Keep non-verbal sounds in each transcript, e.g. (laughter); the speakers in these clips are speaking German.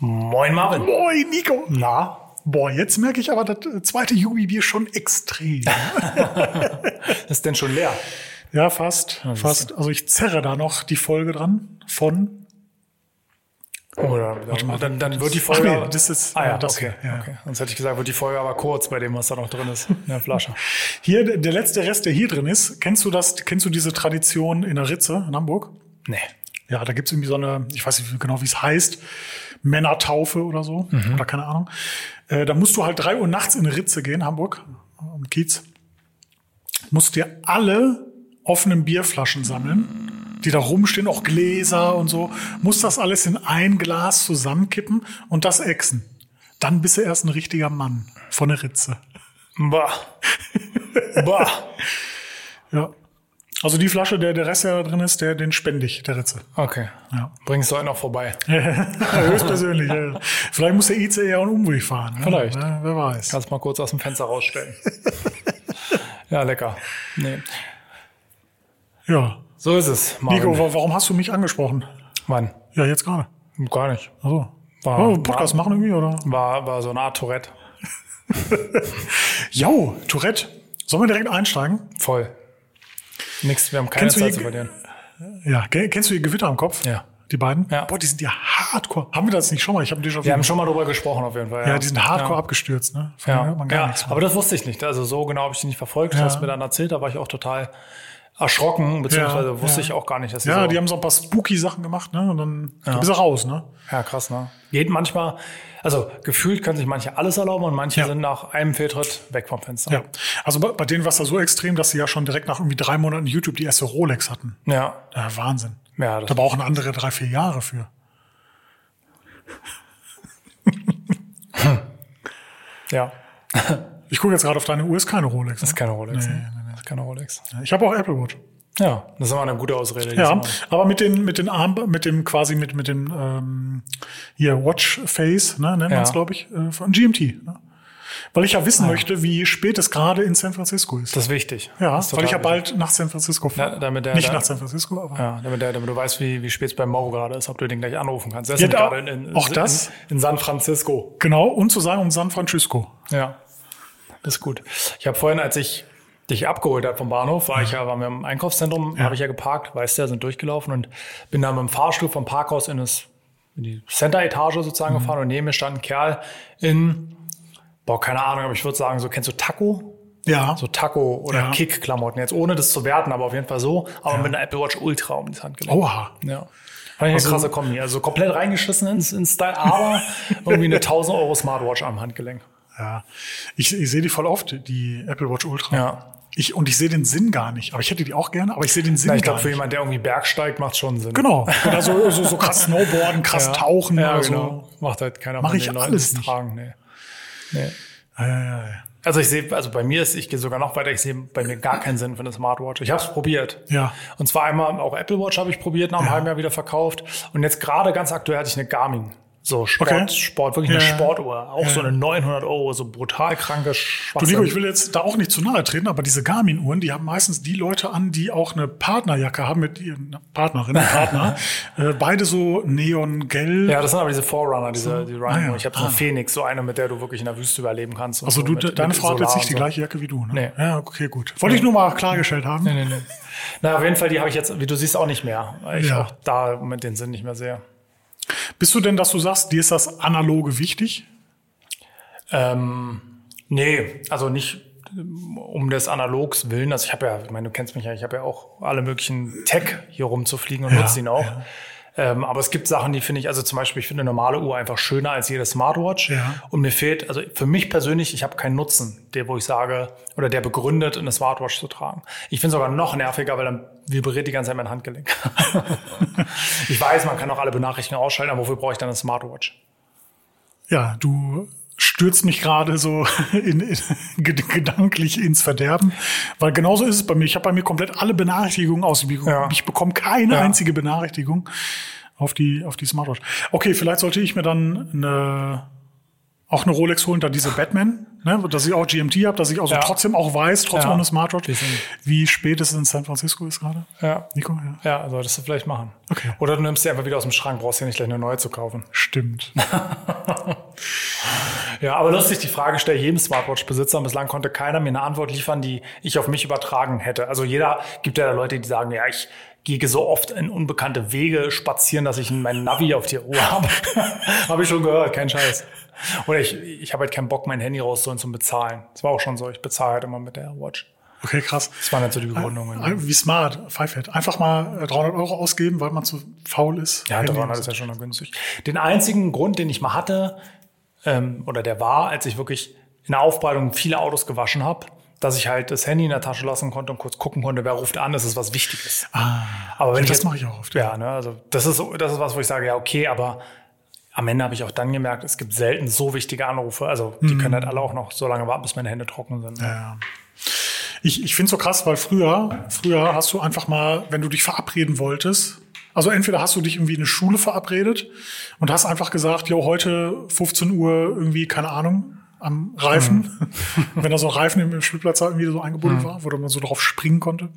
Moin Marvin. Moin Nico. Na? Boah, jetzt merke ich aber das äh, zweite Jubibier schon extrem. Ist denn schon leer? ja, fast. fast. Also ich zerre da noch die Folge dran von. Oh, Oder Warte mal. dann, dann wird die Ach Folge. (laughs) nee, das ist- ah, ja, ja, das okay, hier, ja. okay. Sonst hätte ich gesagt, wird die Folge aber kurz bei dem, was da noch drin (laughs) ist. In der Flasche. Hier, der- der letzte Rest, der hier drin ist, kennst du das, kennst du diese Tradition in der Ritze in Hamburg? nee. Ja, da gibt's irgendwie so eine, ich weiß nicht genau, wie es heißt, Männertaufe oder so, oder keine Ahnung. Äh, da musst du halt drei Uhr nachts in eine Ritze gehen, Hamburg, am Kiez. Musst dir alle offenen Bierflaschen sammeln, die da rumstehen, auch Gläser und so. Musst das alles in ein Glas zusammenkippen und das ächzen. Dann bist du erst ein richtiger Mann von der Ritze. Bah. (laughs) Bah. Ja. Also die Flasche, der, der Rest, der da drin ist, der, den spende ich, der Ritze. Okay. Ja. Bringst du heute noch vorbei. Höchstpersönlich. ja. Vielleicht muss der ICE ja auch einen Umweg fahren. Ne? Vielleicht. Ja, wer weiß. Kannst mal kurz aus dem Fenster (laughs) rausstellen. ja, lecker. Nee. Ja. So ist es, Marvin. Nico, wa- warum hast du mich angesprochen? Wann? Ja, jetzt gerade. Gar nicht. Also. War- Wollen wir einen Podcast machen irgendwie, oder? War, war so eine Art Tourette. Jo, Tourette. Sollen wir direkt einsteigen? Voll. Nix, wir haben keine Kennst du Zeit die- zu verlieren. Ja. Ke- Kennst du die Gewitter am Kopf? Ja. Die beiden? Ja. Boah, die sind ja hardcore. Haben wir das nicht schon mal? Ich habe dich schon Wir haben schon mal drüber gesprochen, auf jeden Fall. Ja, die sind hardcore Ja. abgestürzt, ne? Von denen Ja, hört man gar ja nichts mehr. aber das wusste ich nicht. Also so genau habe ich die nicht verfolgt. Du hast mir dann erzählt, da war ich auch total erschrocken, beziehungsweise Ja, wusste ja. ich auch gar nicht, dass die ja, so, die haben so ein paar spooky Sachen gemacht, ne? Und dann dann bist du raus, ne? ja krass, ne? Geht manchmal, also gefühlt können sich manche alles erlauben und manche Ja. sind nach einem Fehltritt weg vom Fenster. Ja. Also bei, bei denen war es ja so extrem, dass sie ja schon direkt nach irgendwie drei Monaten YouTube die erste Rolex hatten. ja. Ja, Wahnsinn. Ja, das- da brauchen andere drei, vier Jahre für. Ja. Ich gucke jetzt gerade auf deine Uhr, ist keine Rolex. ne? Das ist keine Rolex. Nee, nee, nee. Das ist keine Rolex. Ich habe auch Apple Watch. Ja, das ist immer eine gute Ausrede. die Ja, ist immer- aber mit den, mit den Arm, mit dem quasi mit, mit dem ähm, hier Watch Face, ne, nennt Ja. Ah, man es, glaube ich, äh, von GMT. Ne? Weil ich ja wissen möchte, wie spät es gerade in San Francisco ist. Das ist wichtig. ja, Das ist weil ich ja total bald nach San Francisco fahre. Ja, damit der- Nicht der- nach San Francisco, aber. Ja, damit, der, damit du weißt, wie, wie spät es bei Mo gerade ist, ob du den gleich anrufen kannst. Er ist Ja, nämlich da- gerade in, in, auch das? In, in San Francisco. Genau, und zu sagen um San Francisco. Ja, das ist gut. Ich habe vorhin, als ich dich abgeholt habe vom Bahnhof, war ich ja, waren wir im Einkaufszentrum, habe ich Mhm. ja geparkt, weißt du, ja, sind durchgelaufen und bin dann mit dem Fahrstuhl vom Parkhaus in, das, in die Center-Etage sozusagen gefahren und neben mir stand ein Kerl in, boah, keine Ahnung, aber ich würde sagen, so kennst du Taco? Ja. So Taco oder Ja. Kick-Klamotten, jetzt ohne das zu werten, aber auf jeden Fall so, aber mit einer Apple Watch Ultra um die Hand gelegt. Oha. Ja. Fand ich eine krasse Kombi. Also komplett reingeschissen ins, ins Style, (laughs) aber irgendwie eine 1000 Euro Smartwatch am Handgelenk. Ja. Ich, ich sehe die voll oft, die Apple Watch Ultra. Ja. Ich, und ich sehe den Sinn gar nicht. Aber ich hätte die auch gerne, aber ich sehe den Sinn Na, ich gar glaube, für nicht. jemanden, der irgendwie bergsteigt, macht schon Sinn. Genau. Oder so, so, so krass Snowboarden, krass Ja. Tauchen ja, oder genau. Macht halt keiner Mach von ich den Leuten, alles die es nicht. tragen. Nee. Nee. so. Ja, ja, ja. Also ich sehe, also bei mir ist, ich gehe sogar noch weiter, ich sehe bei mir gar keinen Sinn für eine Smartwatch. Ich habe es probiert. Ja. Und zwar einmal auch Apple Watch habe ich probiert, nach einem halben Jahr wieder verkauft. Und jetzt gerade ganz aktuell hatte ich eine Garmin. So Sport, Okay. Sport, wirklich eine Ja. Sportuhr. Auch so eine 900 Euro, so brutal kranke Du Schwachsinn. Nico, ich will jetzt da auch nicht zu nahe treten, aber diese Garmin-Uhren, die haben meistens die Leute an, die auch eine Partnerjacke haben mit ihren Partnerinnen, (laughs) Partner. äh, beide so neongelb. Ja, das sind aber diese Forerunner, diese die Running. Ah, ja. Ich habe so eine Phoenix, so eine, mit der du wirklich in der Wüste überleben kannst. und also so du, mit- deine mit Frau hat jetzt Solar nicht die und so. gleiche Jacke wie du, ne? Nee. Ja, okay, gut. Wollte ich nur mal klargestellt haben. Nee, nee, nee. Na, auf jeden Fall, die habe ich jetzt, wie du siehst, auch nicht mehr. Weil ich Ja. auch da mit den Sinn nicht mehr sehe. Bist du denn, dass du sagst, dir ist das analoge wichtig? Ähm, nee, also nicht ähm, um des Analogs willen. Also ich habe ja, ich meine, du kennst mich ja, ich habe ja auch alle möglichen Tech hier rumzufliegen und nutze ihn auch. Ähm, aber es gibt Sachen, die finde ich, also zum Beispiel, ich finde eine normale Uhr einfach schöner als jede Smartwatch. Ja. Und mir fehlt, also für mich persönlich, ich habe keinen Nutzen, der, wo ich sage, oder der begründet, eine Smartwatch zu tragen. Ich finde es sogar noch nerviger, weil dann vibriert die ganze Zeit mein Handgelenk. (laughs) ich weiß, man kann auch alle Benachrichtigungen ausschalten, aber wofür brauche ich dann eine Smartwatch? Ja, du stürzt mich gerade so (laughs) in, in, ged- gedanklich ins Verderben, weil genauso ist es bei mir. Ich habe bei mir komplett alle Benachrichtigungen aus. Ich, Ja. ich bekomme keine Ja. einzige Benachrichtigung auf die auf die Smartwatch. Okay, vielleicht sollte ich mir dann eine auch eine Rolex holen, dann diese Batman, ne, dass ich auch GMT habe, dass ich also Ja. trotzdem auch weiß, trotz Ja. ohne Smartwatch, Bisschen. wie spät es in San Francisco ist gerade. Ja. Nico, ja. Ja, solltest du vielleicht machen. Okay. Oder du nimmst sie einfach wieder aus dem Schrank, brauchst ja nicht gleich eine neue zu kaufen. (laughs) Stimmt. Ja, aber lustig, die Frage stelle ich jedem Smartwatch-Besitzer. Bislang konnte keiner mir eine Antwort liefern, die ich auf mich übertragen hätte. Also jeder gibt ja da Leute, die sagen, ja, ich gehe so oft in unbekannte Wege spazieren, dass ich meinen Navi auf die Uhr (laughs) habe. habe ich schon gehört, kein Scheiß. Oder ich, ich habe halt keinen Bock, mein Handy rauszuholen zum Bezahlen. Das war auch schon so, ich bezahle halt immer mit der Watch. Okay, krass. Das waren halt so die Begründungen. Ein- Wie smart, Fivehead. Einfach mal äh, 300 Euro ausgeben, weil man zu faul ist. Ja, Handy- 300 ist ja schon noch günstig. Den einzigen Grund, den ich mal hatte, ähm, oder der war, als ich wirklich in der Aufbereitung viele Autos gewaschen habe, dass ich halt das Handy in der Tasche lassen konnte und kurz gucken konnte, wer ruft an, das ist was Wichtiges. Ah, Aber wenn das jetzt- mache ich auch oft, Ja, ne, also das ist, so- das ist was, wo ich sage, ja, okay, aber am Ende habe ich auch dann gemerkt, es gibt selten so wichtige Anrufe. Also die können halt alle auch noch so lange warten, bis meine Hände trocken sind. ne? Mhm. Ja. Ich, ich finde es so krass, weil früher, früher hast du einfach mal, wenn du dich verabreden wolltest, also entweder hast du dich irgendwie in eine Schule verabredet und hast einfach gesagt, jo, heute 15 Uhr irgendwie, keine Ahnung, am Reifen, Hm. (laughs) wenn da so ein Reifen im im Spielplatz irgendwie so eingebunden war, wo man so drauf springen konnte.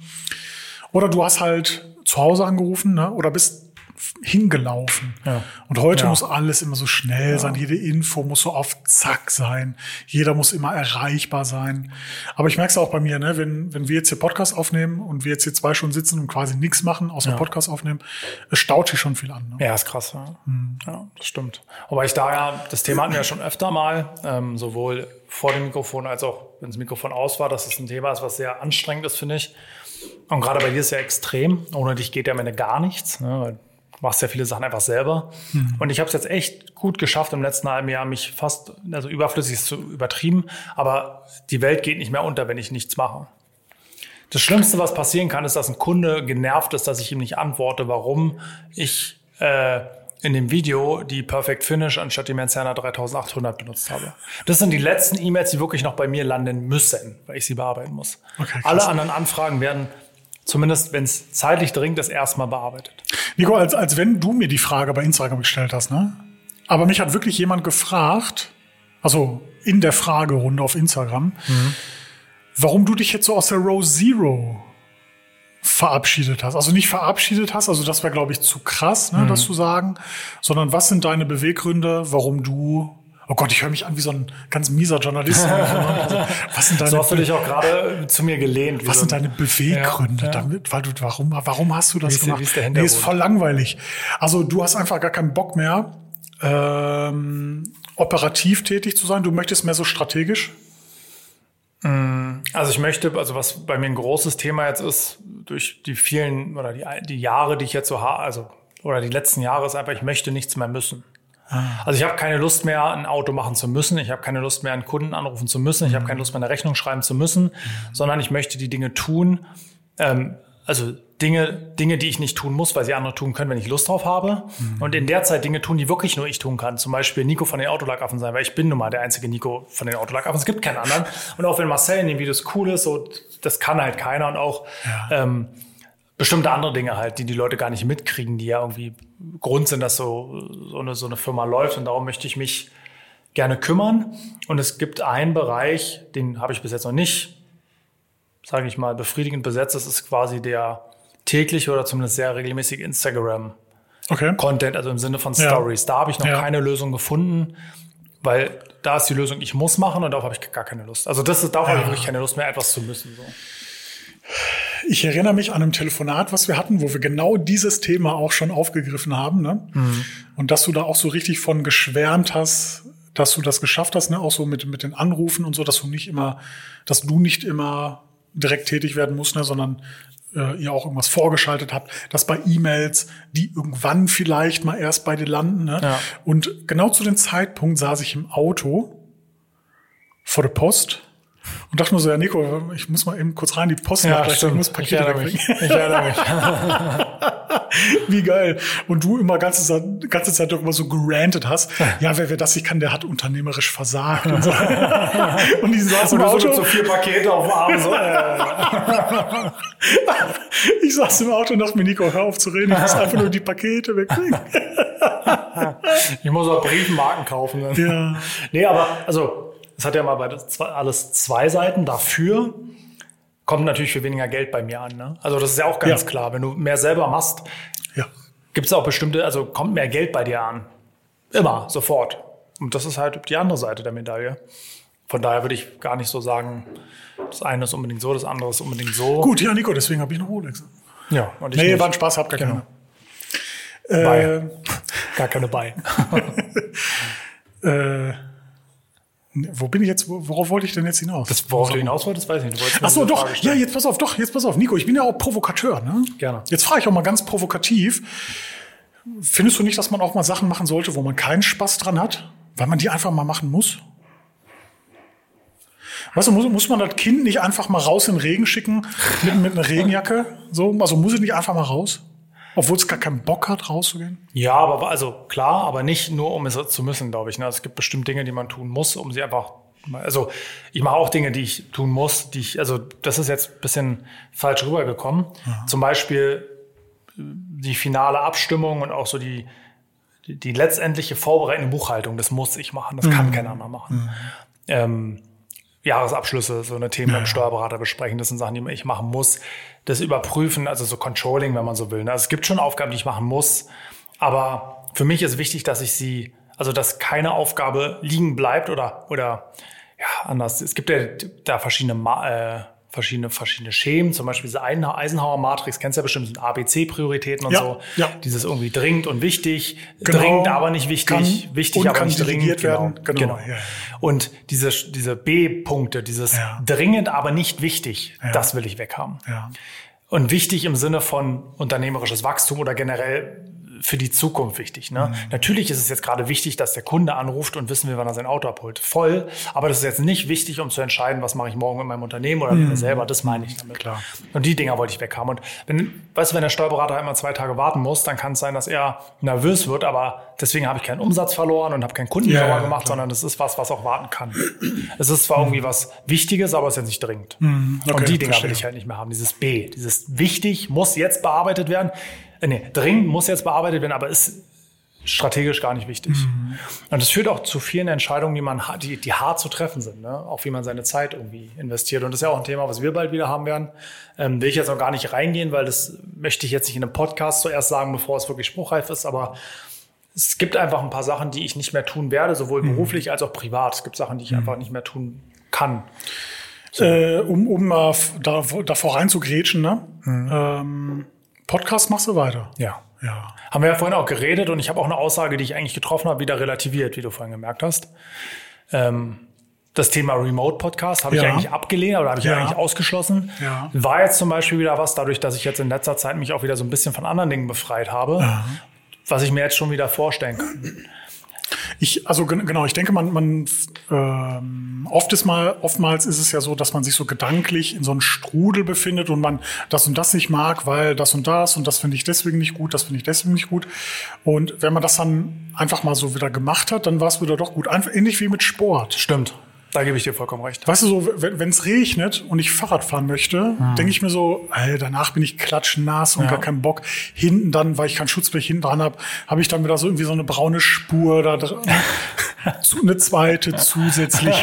Oder du hast halt zu Hause angerufen ne? oder bist f- hingelaufen. Ja. Und heute Ja. muss alles immer so schnell sein, jede Info muss so auf Zack sein, jeder muss immer erreichbar sein. Aber ich merke es auch bei mir, ne? wenn, wenn wir jetzt hier Podcast aufnehmen und wir jetzt hier zwei Stunden sitzen und quasi nichts machen, außer Podcast aufnehmen, es staut sich schon viel an. Ne? Ja, ist krass. Ja, ja das stimmt. Wobei ich da ja, das Thema hatten wir ja schon öfter mal, ähm, sowohl vor dem Mikrofon als auch, wenn das Mikrofon aus war, dass es ein Thema ist, was sehr anstrengend ist, finde ich. Und gerade bei dir ist ja extrem. Ohne dich geht ja am Ende gar nichts. Ne? weil Du machst ja viele Sachen einfach selber. Und ich habe es jetzt echt gut geschafft, im letzten halben Jahr mich fast, also überflüssig ist zu übertrieben, aber die Welt geht nicht mehr unter, wenn ich nichts mache. Das Schlimmste, was passieren kann, ist, dass ein Kunde genervt ist, dass ich ihm nicht antworte, warum ich äh, in dem Video die Perfect Finish anstatt die Manzana 3800 benutzt habe. Das sind die letzten E-Mails, die wirklich noch bei mir landen müssen, weil ich sie bearbeiten muss. Okay, krass. Alle anderen Anfragen werden, zumindest wenn es zeitlich dringend ist, erstmal bearbeitet. Nico, als, als wenn du mir die Frage bei Instagram gestellt hast, ne? Aber mich hat wirklich jemand gefragt, also in der Fragerunde auf Instagram, warum du dich jetzt so aus der Row Zero verabschiedet hast. Also nicht verabschiedet hast, also das wäre, glaube ich, zu krass, ne, das zu sagen, sondern was sind deine Beweggründe, warum du. Oh Gott, ich höre mich an wie so ein ganz mieser Journalist. Also, was sind deine So hast du dich auch gerade zu mir gelehnt. wie was so sind ein- deine Beweggründe Ja, ja. damit? Weil du, warum, warum hast du das Wie ist der- gemacht? wie ist der nee, ist Hintergrund? voll langweilig. Also du hast einfach gar keinen Bock mehr, ähm, operativ tätig zu sein. Du möchtest mehr so strategisch. Also ich möchte, also was bei mir ein großes Thema jetzt ist, durch die vielen oder die, die Jahre, die ich jetzt so habe, also oder die letzten Jahre ist einfach, ich möchte nichts mehr müssen. Also ich habe keine Lust mehr, ein Auto machen zu müssen. Ich habe keine Lust mehr, einen Kunden anrufen zu müssen. Ich habe keine Lust mehr, eine Rechnung schreiben zu müssen, sondern ich möchte die Dinge tun. Ähm, also Dinge, Dinge, die ich nicht tun muss, weil sie andere tun können, wenn ich Lust drauf habe. Und in der Zeit Dinge tun, die wirklich nur ich tun kann. Zum Beispiel Nico von den Autolackaffen sein, weil ich bin nun mal der einzige Nico von den Autolackaffen. Es gibt keinen anderen. Und auch wenn Marcel in den Videos cool ist, so, das kann halt keiner. Und auch ähm, bestimmte andere Dinge halt, die die Leute gar nicht mitkriegen, die ja irgendwie Grund sind, dass so, so, eine, so eine Firma läuft. Und darum möchte ich mich gerne kümmern. Und es gibt einen Bereich, den habe ich bis jetzt noch nicht, sage ich mal, befriedigend besetzt. Das ist quasi der tägliche oder zumindest sehr regelmäßige Instagram-Content, Okay. also im Sinne von Ja. Stories. Da habe ich noch Ja. keine Lösung gefunden, weil da ist die Lösung, ich muss machen und darauf habe ich gar keine Lust. Also das ist, darauf habe ich wirklich keine Lust mehr, etwas zu müssen. So. Ich erinnere mich an einem Telefonat, was wir hatten, wo wir genau dieses Thema auch schon aufgegriffen haben. Ne? Und dass du da auch so richtig von geschwärmt hast, dass du das geschafft hast, ne? auch so mit, mit den Anrufen und so, dass du nicht immer, dass du nicht immer direkt tätig werden musst, ne? sondern äh, ihr auch irgendwas vorgeschaltet habt, dass bei E-Mails, die irgendwann vielleicht mal erst bei dir landen. Ne? Ja. Und genau zu dem Zeitpunkt saß ich im Auto vor der Post und dachte nur so, ja Nico, ich muss mal eben kurz rein, die Post macht gleich, ich muss Pakete ich erinnere wegbringen. mich. Ich erinnere mich. (laughs) Wie geil. Und du immer ganze Zeit, ganze Zeit darüber so gerantet hast. Ja, wer, wer das nicht kann, der hat unternehmerisch versagt. (laughs) Und, so. und die saß im du so Auto. mit so vier Pakete auf dem Arm. (laughs) So, äh, Ich saß im Auto und dachte mir, Nico, hör auf zu reden. Ich muss einfach nur die Pakete wegbringen. (laughs) ich muss auch Briefmarken kaufen. Dann. Ja. Nee, aber also, es hat ja mal bei das zwei- alles zwei Seiten. Dafür kommt natürlich viel weniger Geld bei mir an. Ne? Also das ist ja auch ganz Ja. klar. Wenn du mehr selber machst, Ja. gibt es auch bestimmte, also kommt mehr Geld bei dir an. Immer, sofort. Und das ist halt die andere Seite der Medaille. Von daher würde ich gar nicht so sagen, das eine ist unbedingt so, das andere ist unbedingt so. Gut, ja, Nico, deswegen habe ich eine Rolex. Ja, und ich Nee, nee, war ein nicht. Spaß, habt gar keine. Bei. gar keine (laughs) bei. Äh, wo bin ich jetzt? Wo- Worauf wollte ich denn jetzt hinaus? Worauf du hinaus wolltest, weiß ich nicht. Du wolltest mir Ach so, eine doch. Frage Ja, stellen. jetzt pass auf, doch, jetzt pass auf. Nico, ich bin ja auch Provokateur, ne? Gerne. Jetzt frage ich auch mal ganz provokativ. Findest du nicht, dass man auch mal Sachen machen sollte, wo man keinen Spaß dran hat? Weil man die einfach mal machen muss? Weißt du, muss, muss man das Kind nicht einfach mal raus in den Regen schicken mit, mit einer Regenjacke? So, also muss es nicht einfach mal raus? Obwohl es gar keinen Bock hat, rauszugehen? Ja, aber also klar, aber nicht nur, um es zu müssen, glaube ich. Ne? Es gibt bestimmt Dinge, die man tun muss, um sie einfach. Also ich mache auch Dinge, die ich tun muss, die ich, also das ist jetzt ein bisschen falsch rübergekommen. Zum Beispiel äh, die finale Abstimmung und auch so die, die, die letztendliche vorbereitende Buchhaltung, das muss ich machen, das Mhm. kann kein anderer machen. Ähm, Jahresabschlüsse, so eine Themen beim Steuerberater besprechen, das sind Sachen, die ich machen muss. Das Überprüfen, also so Controlling, wenn man so will. ne? Also es gibt schon Aufgaben, die ich machen muss, aber für mich ist wichtig, dass ich sie, also dass keine Aufgabe liegen bleibt oder oder ja anders. Es gibt ja da verschiedene Ma äh, verschiedene verschiedene Schemen, zum Beispiel diese Eisen- Eisenhower-Matrix, kennst du ja bestimmt, sind ABC-Prioritäten und Ja, so. ja. Dieses irgendwie dringend und wichtig, Genau. dringend aber nicht Kann wichtig, wichtig und aber kann nicht dringend. delegiert werden. Genau. Genau, Genau. ja, ja. Und diese, diese B-Punkte, dieses Ja. dringend, aber nicht wichtig, Ja. das will ich weghaben. Ja. Und wichtig im Sinne von unternehmerisches Wachstum oder generell für die Zukunft wichtig. Ne? Mhm. Natürlich ist es jetzt gerade wichtig, dass der Kunde anruft und wissen will, wann er sein Auto abholt. Voll. Aber das ist jetzt nicht wichtig, um zu entscheiden, was mache ich morgen in meinem Unternehmen oder mit mir selber. Das meine ich damit. Mhm. Klar. Und die Dinger wollte ich weghaben. Und wenn, weißt du, wenn der Steuerberater einmal zwei Tage warten muss, dann kann es sein, dass er nervös wird. Aber deswegen habe ich keinen Umsatz verloren und habe keinen Kunden Ja, sauer ja, Mhm. gemacht, sondern es ist was, was auch warten kann. es ist zwar irgendwie was Wichtiges, aber es ist jetzt nicht dringend. okay, und die Dinger verstehe. will ich halt nicht mehr haben. Dieses B, dieses wichtig muss jetzt bearbeitet werden. Äh, nee, dringend muss jetzt bearbeitet werden, aber ist strategisch gar nicht wichtig. Mhm. Und das führt auch zu vielen Entscheidungen, die man ha- die, die hart zu treffen sind, ne? auch wie man seine Zeit irgendwie investiert. Und das ist ja auch ein Thema, was wir bald wieder haben werden. Ähm, will ich jetzt noch gar nicht reingehen, weil das möchte ich jetzt nicht in einem Podcast zuerst sagen, bevor es wirklich spruchreif ist. Aber es gibt einfach ein paar Sachen, die ich nicht mehr tun werde, sowohl Mhm. beruflich als auch privat. Es gibt Sachen, die ich einfach nicht mehr tun kann. Äh, um um mal f- da, davor reinzugrätschen, ne? Mhm. Ähm, Podcast machst du weiter. Ja. Ja. Haben wir ja vorhin auch geredet und ich habe auch eine Aussage, die ich eigentlich getroffen habe, wieder relativiert, wie du vorhin gemerkt hast. Ähm, das Thema Remote-Podcast habe ich Ja. eigentlich abgelehnt oder habe ich Ja. eigentlich ausgeschlossen. Ja. War jetzt zum Beispiel wieder was, dadurch, dass ich jetzt in letzter Zeit mich auch wieder so ein bisschen von anderen Dingen befreit habe, was ich mir jetzt schon wieder vorstellen kann. Ich, also gen- genau, ich denke, man, man f- ähm, oft ist mal, oftmals ist es ja so, dass man sich so gedanklich in so einem Strudel befindet und man das und das nicht mag, weil das und das und das finde ich deswegen nicht gut, das finde ich deswegen nicht gut. Und wenn man das dann einfach mal so wieder gemacht hat, dann war es wieder doch gut. Einfach ähnlich wie mit Sport. Stimmt. Da gebe ich dir vollkommen recht. Weißt du so, wenn es regnet und ich Fahrrad fahren möchte, Ah. denke ich mir so, ey, danach bin ich klatschnass und gar keinen Bock. Hinten dann, weil ich keinen Schutzblech hinten dran habe, habe ich dann wieder so irgendwie so eine braune Spur da drin. (laughs) Zu- eine zweite zusätzlich.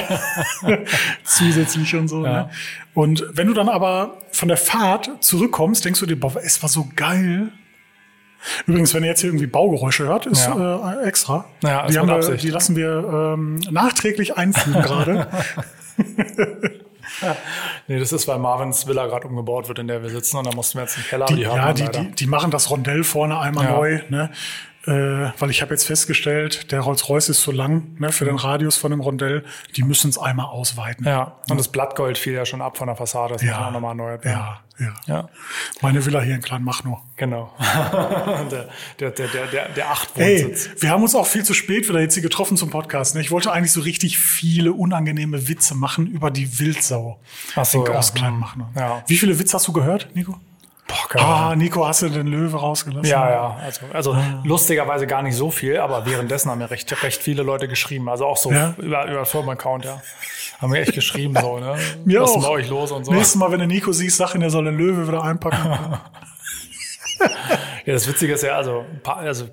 zusätzlich und so. Ne? Und wenn du dann aber von der Fahrt zurückkommst, denkst du dir, boah, es war so geil. Übrigens, wenn ihr jetzt hier irgendwie Baugeräusche hört, ist Ja. äh, extra. Ja, ist die, haben mit wir, Absicht. die lassen wir ähm, nachträglich (laughs) einfügen gerade. Nee, das ist, weil Marvins Villa gerade umgebaut wird, in der wir sitzen und da mussten wir jetzt in den Keller. aber Die, hören ja, man die, leider. die, die machen das Rondell vorne einmal Ja. neu, ne? Äh, weil ich habe jetzt festgestellt, der Rolls-Royce ist zu lang ne, für den Radius von dem Rondell. Die müssen es einmal ausweiten. Mhm. Ja, und das Blattgold fiel ja schon ab von der Fassade. Das muss man auch nochmal neu ja, ja. ja. Meine Villa hier in Kleinmachnow. (laughs) Genau. der, der, der, der, der, der acht Ey, Wohnsitz. wir haben uns auch viel zu spät wieder jetzt hier getroffen zum Podcast. Ne? Ich wollte eigentlich so richtig viele unangenehme Witze machen über die Wildsau Ach so, in- ja. Mhm. aus Kleinmachnow. Ja. Wie viele Witze hast du gehört, Nico? Boah, keine Ahnung. Ah, Nico, hast du den Löwe rausgelassen? Ja, ja. Also, also lustigerweise gar nicht so viel, aber währenddessen haben mir recht, recht viele Leute geschrieben. Also auch so Ja? über, über Firmenaccount, ja. Haben mir echt geschrieben, so, ne? (laughs) Mir Was ist auch. bei euch los und so. Nächstes Mal, wenn du Nico siehst, sag ihn, er soll den Löwe wieder einpacken. Ja, das Witzige ist ja, also, pa- also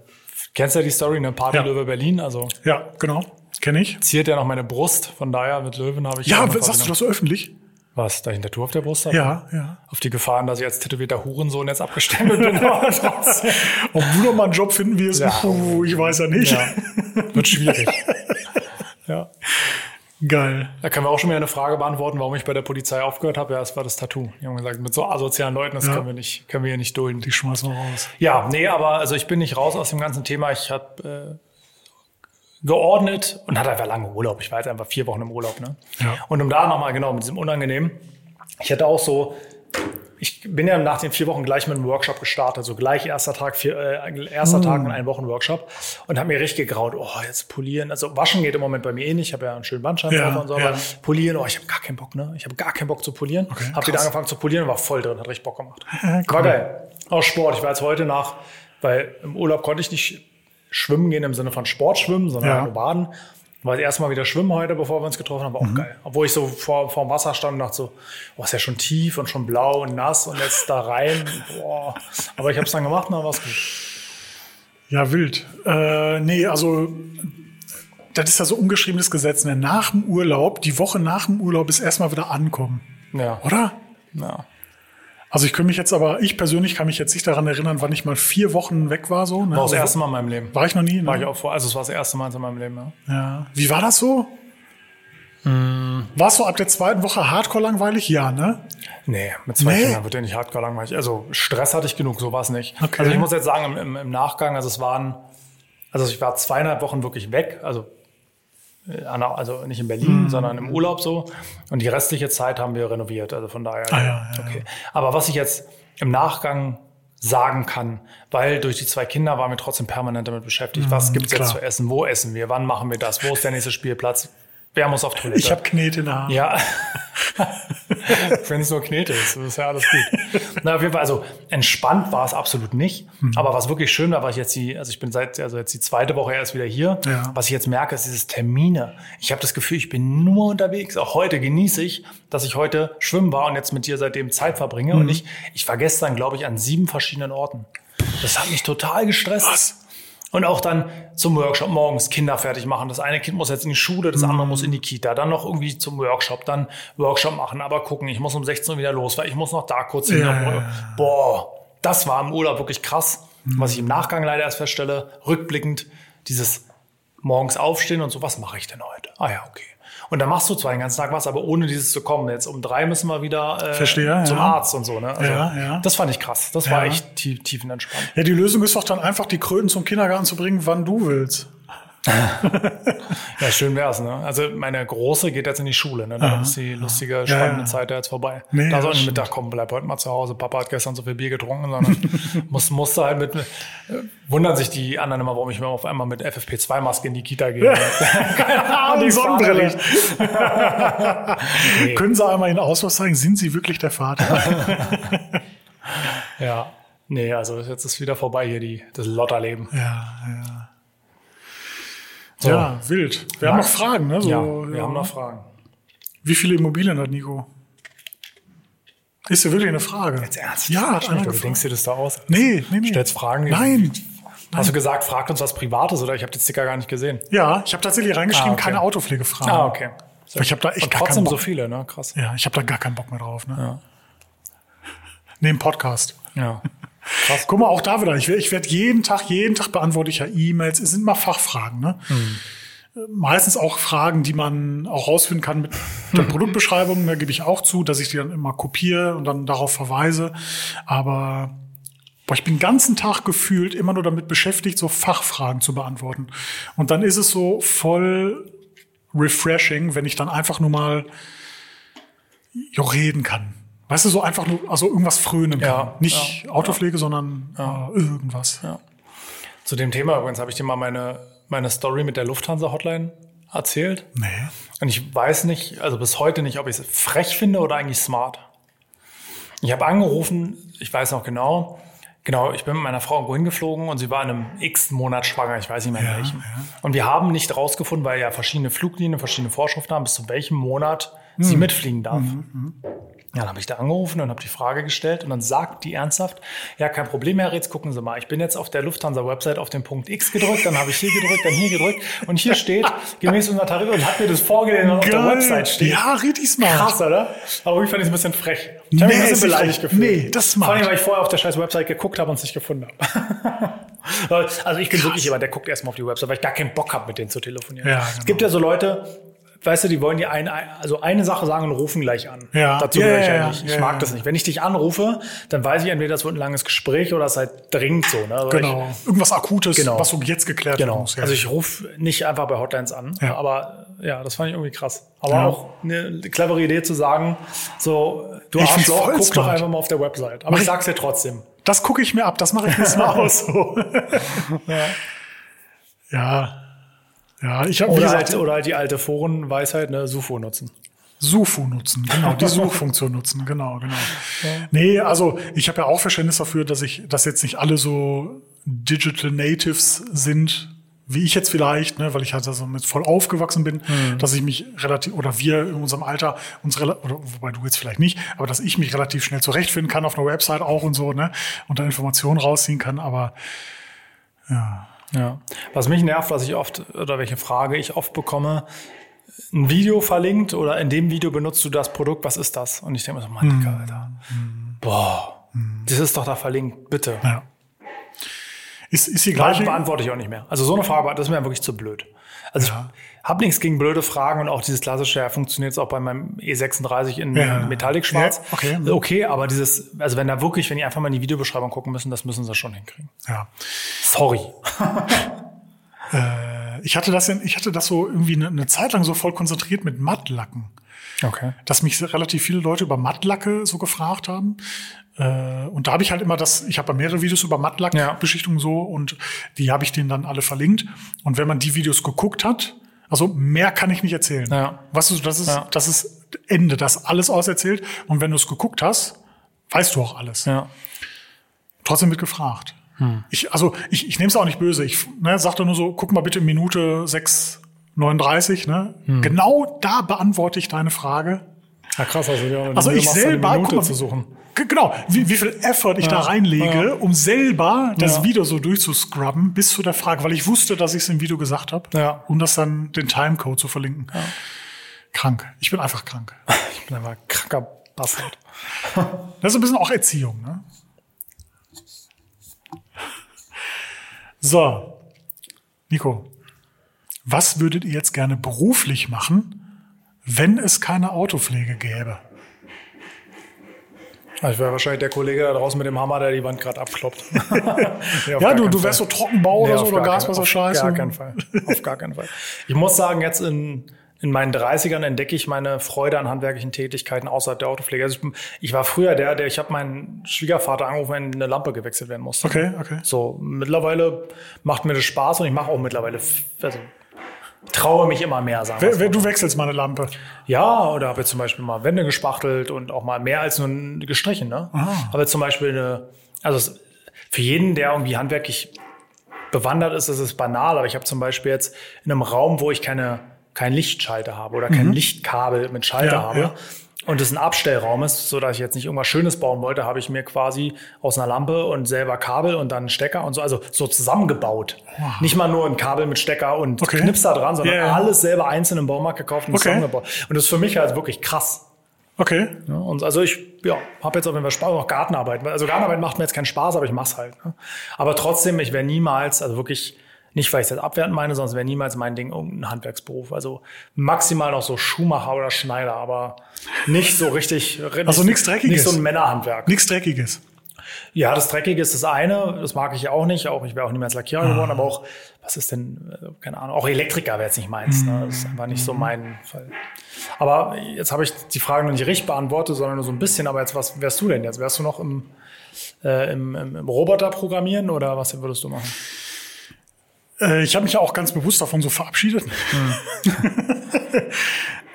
kennst ja die Story, ne? Party Ja. Löwe Berlin, also ja, genau. Kenne ich. ziert ja noch meine Brust, von daher mit Löwen habe ich. auch Ja, eine sagst du Verbindung. das so öffentlich? Was, da ich ein Tattoo auf der Brust habe? Ja, (laughs) ja. Genau Auf die Gefahren, dass ich als tätowierter Hurensohn jetzt abgestempelt (laughs) bin. Aber das- Ob du noch mal einen Job finden wirst, Ja. puh, ich weiß ja nicht. ja, wird (laughs) schwierig. Ja. Geil. Da können wir auch schon wieder eine Frage beantworten, warum ich bei der Polizei aufgehört habe. Ja, es war das Tattoo. Die haben gesagt, mit so asozialen Leuten, das Ja. können wir nicht, können wir hier nicht dulden. Die schmeißen wir raus. Ja, nee, aber also ich bin nicht raus aus dem ganzen Thema. Ich habe äh, geordnet und hatte einfach lange Urlaub. Ich war jetzt einfach vier Wochen im Urlaub. Ne? Ja. Und um da nochmal genau mit diesem Unangenehmen. Ich hatte auch so, ich bin ja nach den vier Wochen gleich mit einem Workshop gestartet. So gleich erster Tag, vier, äh, erster Tag Mm. und ein Wochen Workshop. Und habe mir richtig gegraut, oh, jetzt polieren. Also waschen geht im Moment bei mir eh nicht. Ich habe ja einen schönen Bandscheiben Ja, und so. Aber ja. polieren, oh, ich habe gar keinen Bock. ne? Ich habe gar keinen Bock zu polieren. Okay, habe wieder krass. angefangen zu polieren und war voll drin. Hat richtig Bock (laughs) gemacht. Cool. War geil. Auch Sport. Ich war jetzt heute nach, weil im Urlaub konnte ich nicht schwimmen gehen im Sinne von Sport schwimmen, sondern Ja. nur baden. War jetzt erstmal wieder schwimmen heute, bevor wir uns getroffen haben. War auch geil. Obwohl ich so vor, vor dem Wasser stand und dachte so, boah, ist ja schon tief und schon blau und nass und jetzt da rein. Boah. Aber ich habe es dann gemacht und dann war es gut. Ja, wild. Äh, nee, also das ist ja so ungeschriebenes Gesetz. Ne? Nach dem Urlaub, die Woche nach dem Urlaub ist erstmal wieder ankommen, Ja. oder? ja. Also ich kann mich jetzt aber, ich persönlich kann mich jetzt nicht daran erinnern, wann ich mal vier Wochen weg war. So, ne? War auch das Also, erste Mal in meinem Leben. war ich noch nie? Ne? War ich auch vor, also es war das erste Mal in meinem Leben, ja. Ja. Wie war das so? Mm. War es so ab der zweiten Woche hardcore langweilig? Ja, ne? Nee, mit zwei Nee. Kindern wird der nicht hardcore langweilig. Also Stress hatte ich genug, so war es nicht. Okay. Also ich muss jetzt sagen, im, im, im Nachgang, also es waren, also ich war zweieinhalb Wochen wirklich weg, also, äh, an der- also nicht in Mhm. Berlin, sondern im Urlaub so. Und die restliche Zeit haben wir renoviert, also von daher. Ah, ja, ja, okay. Aber was ich jetzt im Nachgang sagen kann, weil durch die zwei Kinder waren wir trotzdem permanent damit beschäftigt, was gibt's jetzt Mhm, klar. zu essen, wo essen wir, wann machen wir das, wo ist der nächste Spielplatz, wer muss auf Toilette. Ich habe Knete in der Hand. Ja. (laughs) Wenn es nur Knete ist, ist ja alles gut. Na, auf jeden Fall, also entspannt war es absolut nicht. Aber was wirklich schön war, war ich jetzt die, also ich bin seit, also jetzt die zweite Woche erst wieder hier. Ja. Was ich jetzt merke, ist dieses Termine. Ich habe das Gefühl, ich bin nur unterwegs. Auch heute genieße ich, dass ich heute schwimmen war und jetzt mit dir seitdem Zeit verbringe. Mhm. Und ich, ich war gestern, glaube ich, an sieben verschiedenen Orten. Das hat mich total gestresst. Was? Und auch dann zum Workshop morgens Kinder fertig machen. Das eine Kind muss jetzt in die Schule, das Mhm. andere muss in die Kita. Dann noch irgendwie zum Workshop, dann Workshop machen, aber gucken, ich muss um 16 Uhr wieder los, weil ich muss noch da kurz hin. Ja, ja, ja. Boah, das war im Urlaub wirklich krass. Mhm. Was ich im Nachgang leider erst feststelle, rückblickend, dieses morgens aufstehen und so, was mache ich denn heute? Ah ja, okay. Und dann machst du zwar den ganzen Tag was, aber ohne dieses zu kommen. Jetzt um drei müssen wir wieder äh, Verstehe, zum ja. Arzt und so. Ne? Also, Ja, ja. Das fand ich krass. Das war Ja. echt tie- tiefenentspannt. Ja, die Lösung ist doch dann einfach, die Kröten zum Kindergarten zu bringen, wann du willst. Ja, schön wär's, ne? Also meine Große geht jetzt in die Schule, ne? Da ist die lustige, spannende ja. Zeit da jetzt vorbei. Nee, da das soll nicht stimmt. Mittag kommen, bleib heute mal zu Hause. Papa hat gestern so viel Bier getrunken, (laughs) sondern muss, musste halt mit, äh, wundern sich die anderen immer, warum ich mir auf einmal mit FFP2-Maske in die Kita gehe. (laughs) (laughs) Ah, die Sonnenbrille. Nee. Können Sie einmal Ihren Ausweis zeigen? Sind Sie wirklich (laughs) der Vater? ja. Nee, also jetzt ist wieder vorbei hier die, das Lotterleben. ja, ja. So. Ja, wild. Wir haben noch Fragen, ne? So, ja, wir haben noch Fragen. Wie viele Immobilien hat Nico? Ist ja wirklich eine Frage. Jetzt ernst? Ja, hat einer du gefragt. denkst dir das da aus? Nee, nee, nee. Stellst Fragen? die- Nein. Hast du gesagt, fragt uns was Privates oder ich habe den Sticker gar nicht gesehen. Ja, ich habe tatsächlich reingeschrieben, Ah, okay. keine Autopflegefragen. Ah, okay. Aber ich habe da echt Und gar keinen trotzdem Bock. so viele, ne? Krass. Ja, ich habe da gar keinen Bock mehr drauf. Ne? (laughs) Neben Podcast. Ja. Guck mal, auch da wieder. Ich, werd- ich werde jeden Tag, jeden Tag beantworte ich ja E-Mails. Es sind mal Fachfragen. Ne? Äh, Meistens auch Fragen, die man auch rausfinden kann mit der Hm. Produktbeschreibung. Da gebe ich auch zu, dass ich die dann immer kopiere und dann darauf verweise. Aber boah, ich bin den ganzen Tag gefühlt immer nur damit beschäftigt, so Fachfragen zu beantworten. Und dann ist es so voll refreshing, wenn ich dann einfach nur mal ja, reden kann. Weißt du, so einfach nur, also irgendwas frönen kann. Ja, Nicht Autopflege, sondern äh, irgendwas. Zu dem Thema übrigens habe ich dir mal meine, meine Story mit der Lufthansa Hotline erzählt. Nee. Und ich weiß nicht, also bis heute nicht, ob ich es frech finde oder eigentlich smart. Ich habe angerufen, ich weiß noch genau, genau, ich bin mit meiner Frau irgendwo hingeflogen und sie war in einem x Monat schwanger, ich weiß nicht mehr in Ja, welchem. ja. Und wir haben nicht rausgefunden, weil ja verschiedene Fluglinien, verschiedene Vorschriften haben, bis zu welchem Monat Mhm. sie mitfliegen darf. Ja, dann habe ich da angerufen und habe die Frage gestellt und dann sagt die ernsthaft, ja, kein Problem, Herr Ritz, gucken Sie mal, ich bin jetzt auf der Lufthansa-Website auf den Punkt X gedrückt, dann habe ich hier gedrückt, dann hier gedrückt und hier (laughs) steht, gemäß unserer Tarife und hat mir das vorgelegt, was auf der Website steht. Ja, richtig smart. Krass, oder? Aber irgendwie fand ich es ein bisschen frech. Ich Nee, ist nicht frech. Nee, das ist smart. Vor allem, weil ich vorher auf der scheiß Website geguckt habe und es nicht gefunden (laughs) habe. also ich bin wirklich jemand, der guckt erstmal auf die Website, weil ich gar keinen Bock habe, mit denen zu telefonieren. Ja, genau. Es gibt ja so Leute, weißt du, die wollen dir ein, also eine Sache sagen und rufen gleich an. Ja. Dazu Ja, gehöre ich ja, ja, ja, nicht. Ich ja, mag ja. das nicht. Wenn ich dich anrufe, dann weiß ich entweder, es wird ein langes Gespräch oder es ist halt dringend so. Ne? Aber Genau. Irgendwas Akutes, Genau. was so jetzt geklärt Ich, genau. werden muss. Ja. Also ich rufe nicht einfach bei Hotlines an, Ja. aber ja, das fand ich irgendwie krass. Aber Ja. auch eine clevere Idee zu sagen, so, du Ich find's Arschloch, voll guck doch smart. einfach mal auf der Website. Aber ich sag's dir trotzdem. das gucke ich mir ab, das mache ich (laughs) jetzt mal aus. So. Ja. Ja. Ja, ich habe, wie Oder, gesagt, halt, oder halt die alte Forenweisheit, ne, Sufo nutzen. Suchfu nutzen, (laughs) genau, die Suchfunktion nutzen, genau, genau. Nee, also ich habe ja auch Verständnis dafür, dass ich, dass jetzt nicht alle so Digital Natives sind, wie ich jetzt vielleicht, ne, weil ich halt also mit voll aufgewachsen bin, Mhm. dass ich mich relativ, oder wir in unserem Alter uns rela- oder wobei du jetzt vielleicht nicht, aber dass ich mich relativ schnell zurechtfinden kann auf einer Website auch und so, ne, und da Informationen rausziehen kann, aber Ja. Was mich nervt, was ich oft, oder welche Frage ich oft bekomme, ein Video verlinkt oder in dem Video benutzt du das Produkt, was ist das? Und ich denke mir so, Mann, Hm. Digga, Alter. Boah, das ist doch da verlinkt, bitte. ja. Ist, ist die Gleiche gleiche. beantworte ich auch nicht mehr. Also so eine Frage, das ist mir wirklich zu blöd. Also ich habe nichts gegen blöde Fragen und auch dieses klassische, ja, funktioniert es auch bei meinem E36 in Ja. Metallic Schwarz. Ja, okay. okay, aber dieses, also wenn da wirklich, wenn die einfach mal in die Videobeschreibung gucken müssen, das müssen sie schon hinkriegen. Ja. Sorry. Ich hatte das, in- ich hatte das so irgendwie ne, eine, eine Zeit lang so voll konzentriert mit Mattlacken. Okay. dass mich relativ viele Leute über Mattlacke so gefragt haben. Äh, und da habe ich halt immer das, ich habe ja mehrere Videos über Mattlack-Beschichtungen so und die habe ich denen dann alle verlinkt. Und wenn man die Videos geguckt hat, also mehr kann ich nicht erzählen. Ja. Weißt du, das ist, Ja. das ist Ende, das ist alles auserzählt. Und wenn du es geguckt hast, weißt du auch alles. Ja. Trotzdem wird gefragt. Ich, also ich, ich nehme es auch nicht böse. Ich ne, sage nur so, guck mal bitte Minute 6,39. Ne? Genau da beantworte ich deine Frage. Ja, krass, also, ja, Also ich selber, eine Minute guck mal, zu suchen. G- Genau, wie, wie viel Effort ich da reinlege, um selber das Video so durchzuscrubben bis zu der Frage, weil ich wusste, dass ich es im Video gesagt habe, Ja. um das dann den Timecode zu verlinken. Krank. Ich bin einfach krank. Ich bin einfach kranker Bastard. Das ist ein bisschen auch Erziehung, ne? So, Nico, was würdet ihr jetzt gerne beruflich machen, wenn es keine Autopflege gäbe? Ja, Ich wäre wahrscheinlich der Kollege da draußen mit dem Hammer, der die Wand gerade abkloppt. (laughs) Ja, du, du wärst so Trockenbau Nee, oder so auf oder gar keinen- Gaswasserscheiße. Auf gar keinen Fall. Auf gar keinen Fall. (laughs) Ich muss sagen, jetzt in, in meinen 30ern entdecke ich meine Freude an handwerklichen Tätigkeiten außerhalb der Autopflege. Also ich, bin- ich war früher der, der, ich habe meinen Schwiegervater angerufen, wenn eine Lampe gewechselt werden musste. Okay, okay. So, mittlerweile macht mir das Spaß und ich mache auch mittlerweile, f- also, traue mich immer mehr, sagen wir Wer, wer, du wechselst meine Lampe. Ja, oder habe jetzt zum Beispiel mal Wände gespachtelt und auch mal mehr als nur gestrichen. Ne? Habe jetzt zum Beispiel eine, also es- für jeden, der irgendwie handwerklich bewandert ist, ist es banal, aber ich habe zum Beispiel jetzt in einem Raum, wo ich keine, kein Lichtschalter habe oder kein Lichtkabel mit Schalter Mhm. Ja, habe. ja. Und es ein Abstellraum ist, so dass ich jetzt nicht irgendwas Schönes bauen wollte, habe ich mir quasi aus einer Lampe und selber Kabel und dann einen Stecker und so, also so zusammengebaut. Nicht mal nur ein Kabel mit Stecker und Okay. Knips da dran, sondern Ja, ja. alles selber einzeln im Baumarkt gekauft und Okay. zusammengebaut. Und das ist für mich halt wirklich krass. Okay. Ne? Und also ich ja, habe jetzt auf jeden Fall Spaß, auch Gartenarbeit. Also Gartenarbeit macht mir jetzt keinen Spaß, aber ich mach's halt. Ne? Aber trotzdem, ich wäre niemals, also wirklich, nicht weil ich das abwertend meine, sonst wäre niemals mein Ding irgendein Handwerksberuf. Also maximal noch so Schuhmacher oder Schneider, aber nicht so richtig. Also nichts Dreckiges. Nicht so ein Männerhandwerk. Nichts Dreckiges. Ja, das Dreckige ist das eine, das mag ich auch nicht, auch ich wäre auch niemals Mhm. Lackierer geworden, aber auch, was ist denn, äh, keine Ahnung, auch Elektriker wäre jetzt nicht meins, ne? das ist einfach nicht Mhm. so mein Fall. Aber jetzt habe ich die Frage noch nicht richtig beantwortet, sondern nur so ein bisschen, aber jetzt, was wärst du denn jetzt? Wärst du noch im, äh, im, im, im Roboter programmieren oder was würdest du machen? Äh, ich habe mich ja auch ganz bewusst davon so verabschiedet, Hm.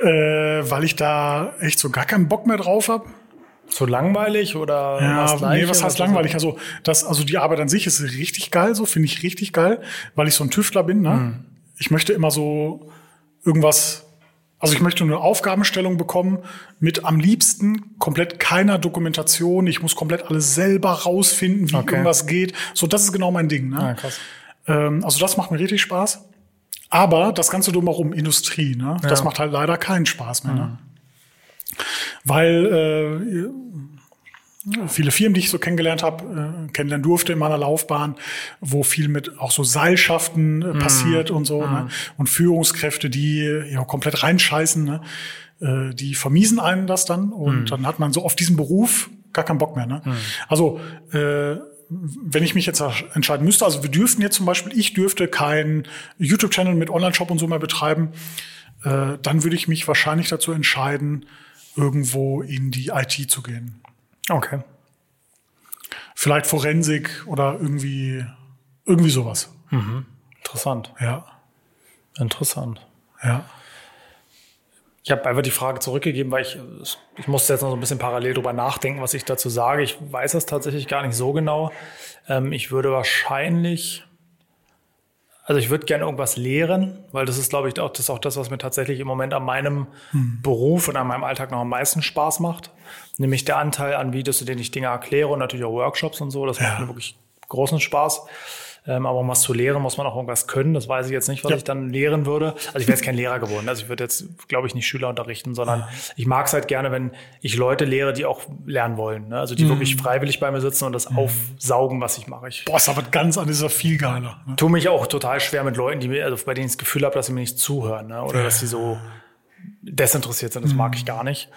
(laughs) äh, weil ich da echt so gar keinen Bock mehr drauf habe. Zu langweilig oder Ja, was gleich nee, was oder heißt langweilig? Also, das, also die Arbeit an sich ist richtig geil, so finde ich richtig geil, weil ich so ein Tüftler bin. Ne? Mhm. Ich möchte immer so irgendwas, also ich möchte eine Aufgabenstellung bekommen mit am liebsten komplett keiner Dokumentation. Ich muss komplett alles selber rausfinden, wie Okay. irgendwas geht. So, das ist genau mein Ding. Ne? Ah, krass. Ähm, also das macht mir richtig Spaß. Aber das Ganze drumherum, Industrie, ne? das macht halt leider keinen Spaß mehr. Ne? Mhm. Weil äh, viele Firmen, die ich so kennengelernt habe, äh, kennenlernen durfte in meiner Laufbahn, wo viel mit auch so Seilschaften äh, passiert und so. Ne? Und Führungskräfte, die äh, ja komplett reinscheißen, ne? äh, die vermiesen einem das dann. Und dann hat man so auf diesen Beruf gar keinen Bock mehr. Ne? Also äh, wenn ich mich jetzt entscheiden müsste, also wir dürften jetzt zum Beispiel, ich dürfte keinen YouTube-Channel mit Online-Shop und so mehr betreiben, äh, dann würde ich mich wahrscheinlich dazu entscheiden, irgendwo in die IT zu gehen. Okay. Vielleicht Forensik oder irgendwie, irgendwie sowas. Interessant. Ja, Interessant. ja. Ich habe einfach die Frage zurückgegeben, weil ich, ich musste jetzt noch so ein bisschen parallel drüber nachdenken, was ich dazu sage. Ich weiß das tatsächlich gar nicht so genau. Ähm, ich würde wahrscheinlich, also ich würde gerne irgendwas lehren, weil das ist, glaube ich, auch das, ist auch das, was mir tatsächlich im Moment an meinem Beruf und an meinem Alltag noch am meisten Spaß macht. Nämlich der Anteil an Videos, in denen ich Dinge erkläre und natürlich auch Workshops und so. Das macht Ja. mir wirklich großen Spaß. Ähm, aber um was zu lehren, muss man auch irgendwas können. Das weiß ich jetzt nicht, was Ja. ich dann lehren würde. Also ich wäre jetzt kein Lehrer geworden. Also ich würde jetzt, glaube ich, nicht Schüler unterrichten, sondern ich mag es halt gerne, wenn ich Leute lehre, die auch lernen wollen. Ne? Also die wirklich freiwillig bei mir sitzen und das aufsaugen, was ich mache. Ich Boah, ist aber ganz anders, ist ja viel geiler. Ne? tue mich auch total schwer mit Leuten, die mir, also bei denen ich das Gefühl habe, dass sie mir nicht zuhören ne? oder dass sie so desinteressiert sind. Das mag ich gar nicht.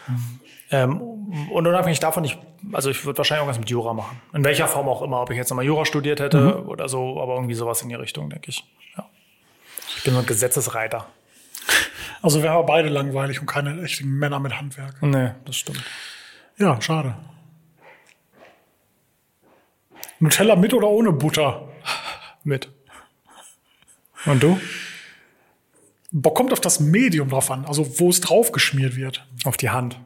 Ähm, und unabhängig davon, ich, also ich würde wahrscheinlich irgendwas mit Jura machen. In welcher Form auch immer, ob ich jetzt nochmal Jura studiert hätte oder so, aber irgendwie sowas in die Richtung, denke ich. Ja. Ich bin so ein Gesetzesreiter. Also wären wir beide langweilig und keine echten Männer mit Handwerk. Nee, das stimmt. Ja, schade. Nutella mit oder ohne Butter? Mit. Und du? Boah, kommt auf das Medium drauf an, also wo es drauf geschmiert wird. Auf die Hand.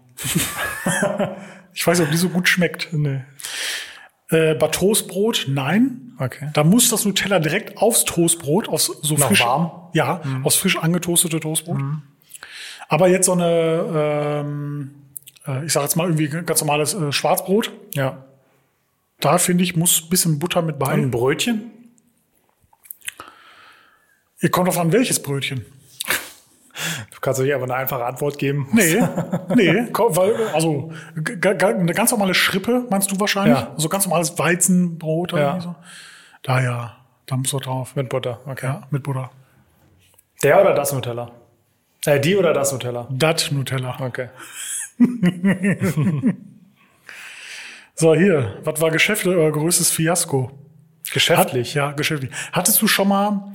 Ich weiß nicht, ob die so gut schmeckt. Äh, bei Toastbrot, nein. Okay. Da muss das Nutella direkt aufs Toastbrot, aufs so Noch frisch, warm? Mhm. Ja, aufs frisch angetoastete Toastbrot. Aber jetzt so eine, ähm, äh, ich sag jetzt mal irgendwie ganz normales äh, Schwarzbrot. Ja. Da finde ich, muss ein bisschen Butter mit bei. Und ein Brötchen? Ihr kommt drauf an, welches Brötchen. Du kannst doch einfach eine einfache Antwort geben. Nee, (laughs) nee, ko- weil, also g- g- eine ganz normale Schrippe, meinst du wahrscheinlich? Ja. So ganz normales Weizenbrot oder Ja. irgendwie so. Da ja, da muss doch drauf. Mit Butter, okay. Ja, mit Butter. Der oder das Nutella? Äh, die oder das Nutella? Dat Nutella. Okay. So, hier, was war Geschäfte euer größtes Fiasko? Geschäftlich. Ja, geschäftlich. Hattest du schon mal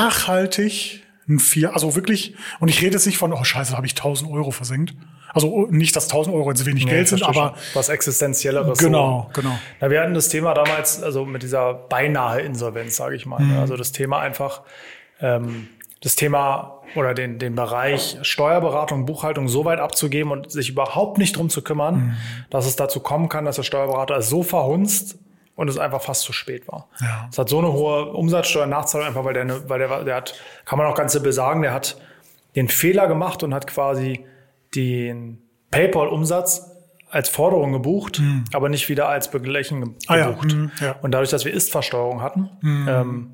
nachhaltig ein Fiasko, also wirklich, und ich rede jetzt nicht von, oh scheiße, da habe ich 1000 Euro versenkt. Also oh, nicht, dass 1000 Euro jetzt wenig Geld sind, aber was Existenzielleres. genau, So. genau. Na, wir hatten das Thema damals, also mit dieser beinahe Insolvenz, sage ich mal. Mhm. ne? Also das Thema einfach, ähm, das Thema oder den, den Bereich Steuerberatung, Buchhaltung so weit abzugeben und sich überhaupt nicht drum zu kümmern, Mhm. dass es dazu kommen kann, dass der Steuerberater es so verhunzt und es einfach fast zu spät war. Ja. Es hat so eine hohe Umsatzsteuernachzahlung, einfach weil der, eine- weil der, der hat, kann man auch ganz simpel sagen, der hat den Fehler gemacht und hat quasi den PayPal-Umsatz als Forderung gebucht, aber nicht wieder als beglichen ge- gebucht. Mhm. Ah ja, mhm, ja. Mhm. Und dadurch, dass wir Ist-Versteuerung hatten, ähm,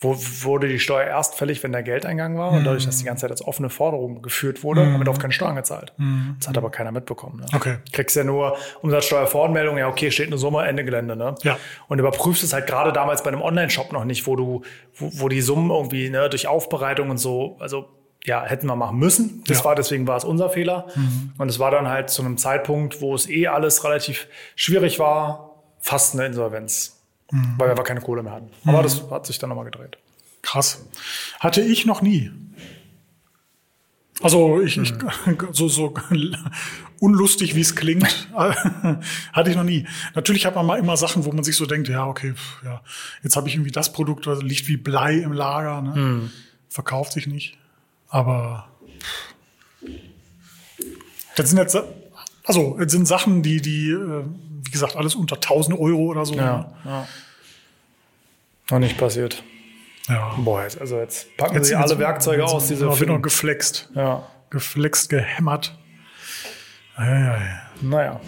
wo, wurde die Steuer erst fällig, wenn der Geldeingang war. Und dadurch, dass die ganze Zeit als offene Forderung geführt wurde, haben wir darauf keine Steuern gezahlt. Das hat aber keiner mitbekommen. Ne? Okay. Kriegst ja nur Umsatzsteuervoranmeldung, ja, okay, steht eine Summe, Ende Gelände. Ne? Ja. Und überprüfst es halt gerade damals bei einem Online-Shop noch nicht, wo du, wo, wo die Summen irgendwie ne, durch Aufbereitung und so, also ja, hätten wir machen müssen. Das Ja. Mhm. war, deswegen war es unser Fehler. Und es war dann halt zu einem Zeitpunkt, wo es eh alles relativ schwierig war, fast eine Insolvenz. Mhm. Weil wir aber keine Kohle mehr hatten. Aber das hat sich dann nochmal gedreht. Krass. Hatte ich noch nie. Also ich, ich (laughs) so, so unlustig wie es klingt, (laughs) hatte ich noch nie. Natürlich hat man mal immer Sachen, wo man sich so denkt, ja, okay, pf, ja, jetzt habe ich irgendwie das Produkt, das liegt wie Blei im Lager, ne? verkauft sich nicht. Aber pf. das sind jetzt Also, es sind Sachen, die, die, äh, wie gesagt, alles unter 1000 Euro oder so. ne? Ja, ja. Noch nicht passiert. ja. Boah, jetzt, also jetzt packen Jetzt sie sind alle sie- Werkzeuge jetzt aus, sind- diese ja, wird noch Finnen. geflext. Ja, Geflext, gehämmert. Ja, ja, ja. naja.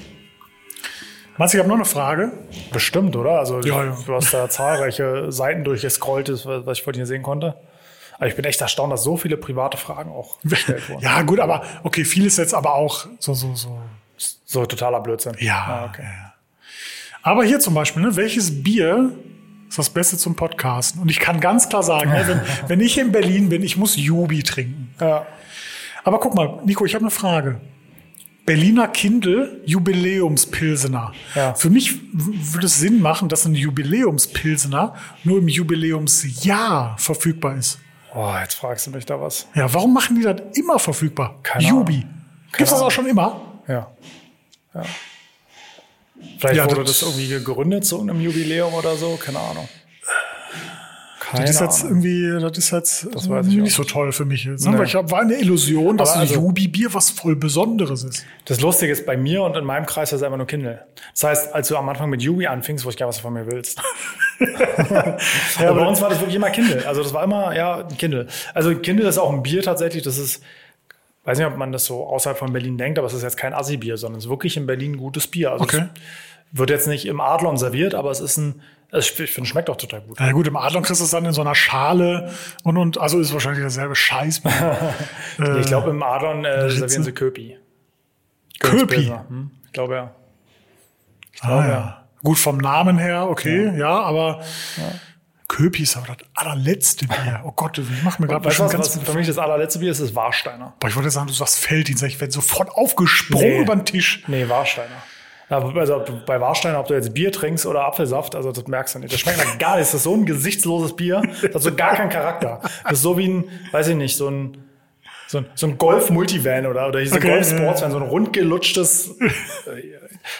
Meinst du, ich habe noch eine Frage? Bestimmt, oder? Also Ja, ja. du hast da zahlreiche Seiten durchgescrollt, das, was was ich vorhin hier sehen konnte. Aber ich bin echt erstaunt, dass so viele private Fragen (laughs) auch gestellt wurden. ja, gut, aber okay, viel ist jetzt aber auch so, so, so. So totaler Blödsinn. Ah, Ja, okay. ja, ja. Aber hier zum Beispiel, ne, welches Bier ist das Beste zum Podcasten? Und ich kann ganz klar sagen, ne, wenn, wenn ich in Berlin bin, ich muss Jubi trinken. Ja. Aber guck mal, Nico, ich habe eine Frage. Berliner Kindel, Jubiläumspilsener. Ja. Für mich w- würde es Sinn machen, dass ein Jubiläumspilsener nur im Jubiläumsjahr verfügbar ist. Oh, jetzt fragst du mich da was. Ja, warum machen die das immer verfügbar? Keine Jubi. Ahnung. Gibt's das Ahnung. auch schon immer? Ja. ja. Vielleicht Ja, wurde das- das, irgendwie gegründet zu einem Jubiläum oder so, keine Ahnung. Keine Das ist jetzt Ahnung. irgendwie, das ist jetzt Das weiß ich nicht auch so toll für mich. Jetzt, ne? Nee. Weil ich hab, war eine Illusion, dass Aber ein also- Jubi-Bier was voll Besonderes ist. Das Lustige ist, bei mir und in meinem Kreis ist es einfach nur Kindle. Das heißt, als du am Anfang mit Yubi anfingst, wusste ich gar, was du von mir (laughs) willst. ja, bei aber- uns war das wirklich immer Kindle. Also das war immer, ja, ein Kindle. Also Kindle ist auch ein Bier tatsächlich. Das ist, weiß nicht, ob man das so außerhalb von Berlin denkt, aber es ist jetzt kein Assi-Bier, sondern es ist wirklich in Berlin ein gutes Bier. Also Okay. es wird jetzt nicht im Adlon serviert, aber es ist ein, es, ich finde, es schmeckt auch total gut. Na gut, im Adlon kriegst du es dann in so einer Schale und, und also ist wahrscheinlich derselbe (laughs) Scheiß. Ah, ich glaube, im Adlon äh, Ritze? servieren sie Köpi. Köpi. Hm? Ich glaube ja. Ah, ja. Gut, vom Namen her, okay, ja, aber Köpi ist aber das allerletzte Bier. Oh Gott, ich mache mir gerade Weißt du, bestimmt was, ganz. was für mich das allerletzte Bier ist? Das ist Warsteiner. Boah, ich wollte sagen, du sagst Felddienst. Ich werde sofort aufgesprungen Nee. über den Tisch. Nee, Warsteiner. Ja, Also ob du bei Warsteiner, ob du jetzt Bier trinkst oder Apfelsaft, also das merkst du nicht. Das schmeckt nach gar nichts. Das ist so ein gesichtsloses Bier. Das hat so gar keinen Charakter. Das ist so wie ein, weiß ich nicht, so ein, so ein, so ein Golf-Multivan oder, oder so ein Okay, Golf-Sportsvan, so ein rundgelutschtes. äh,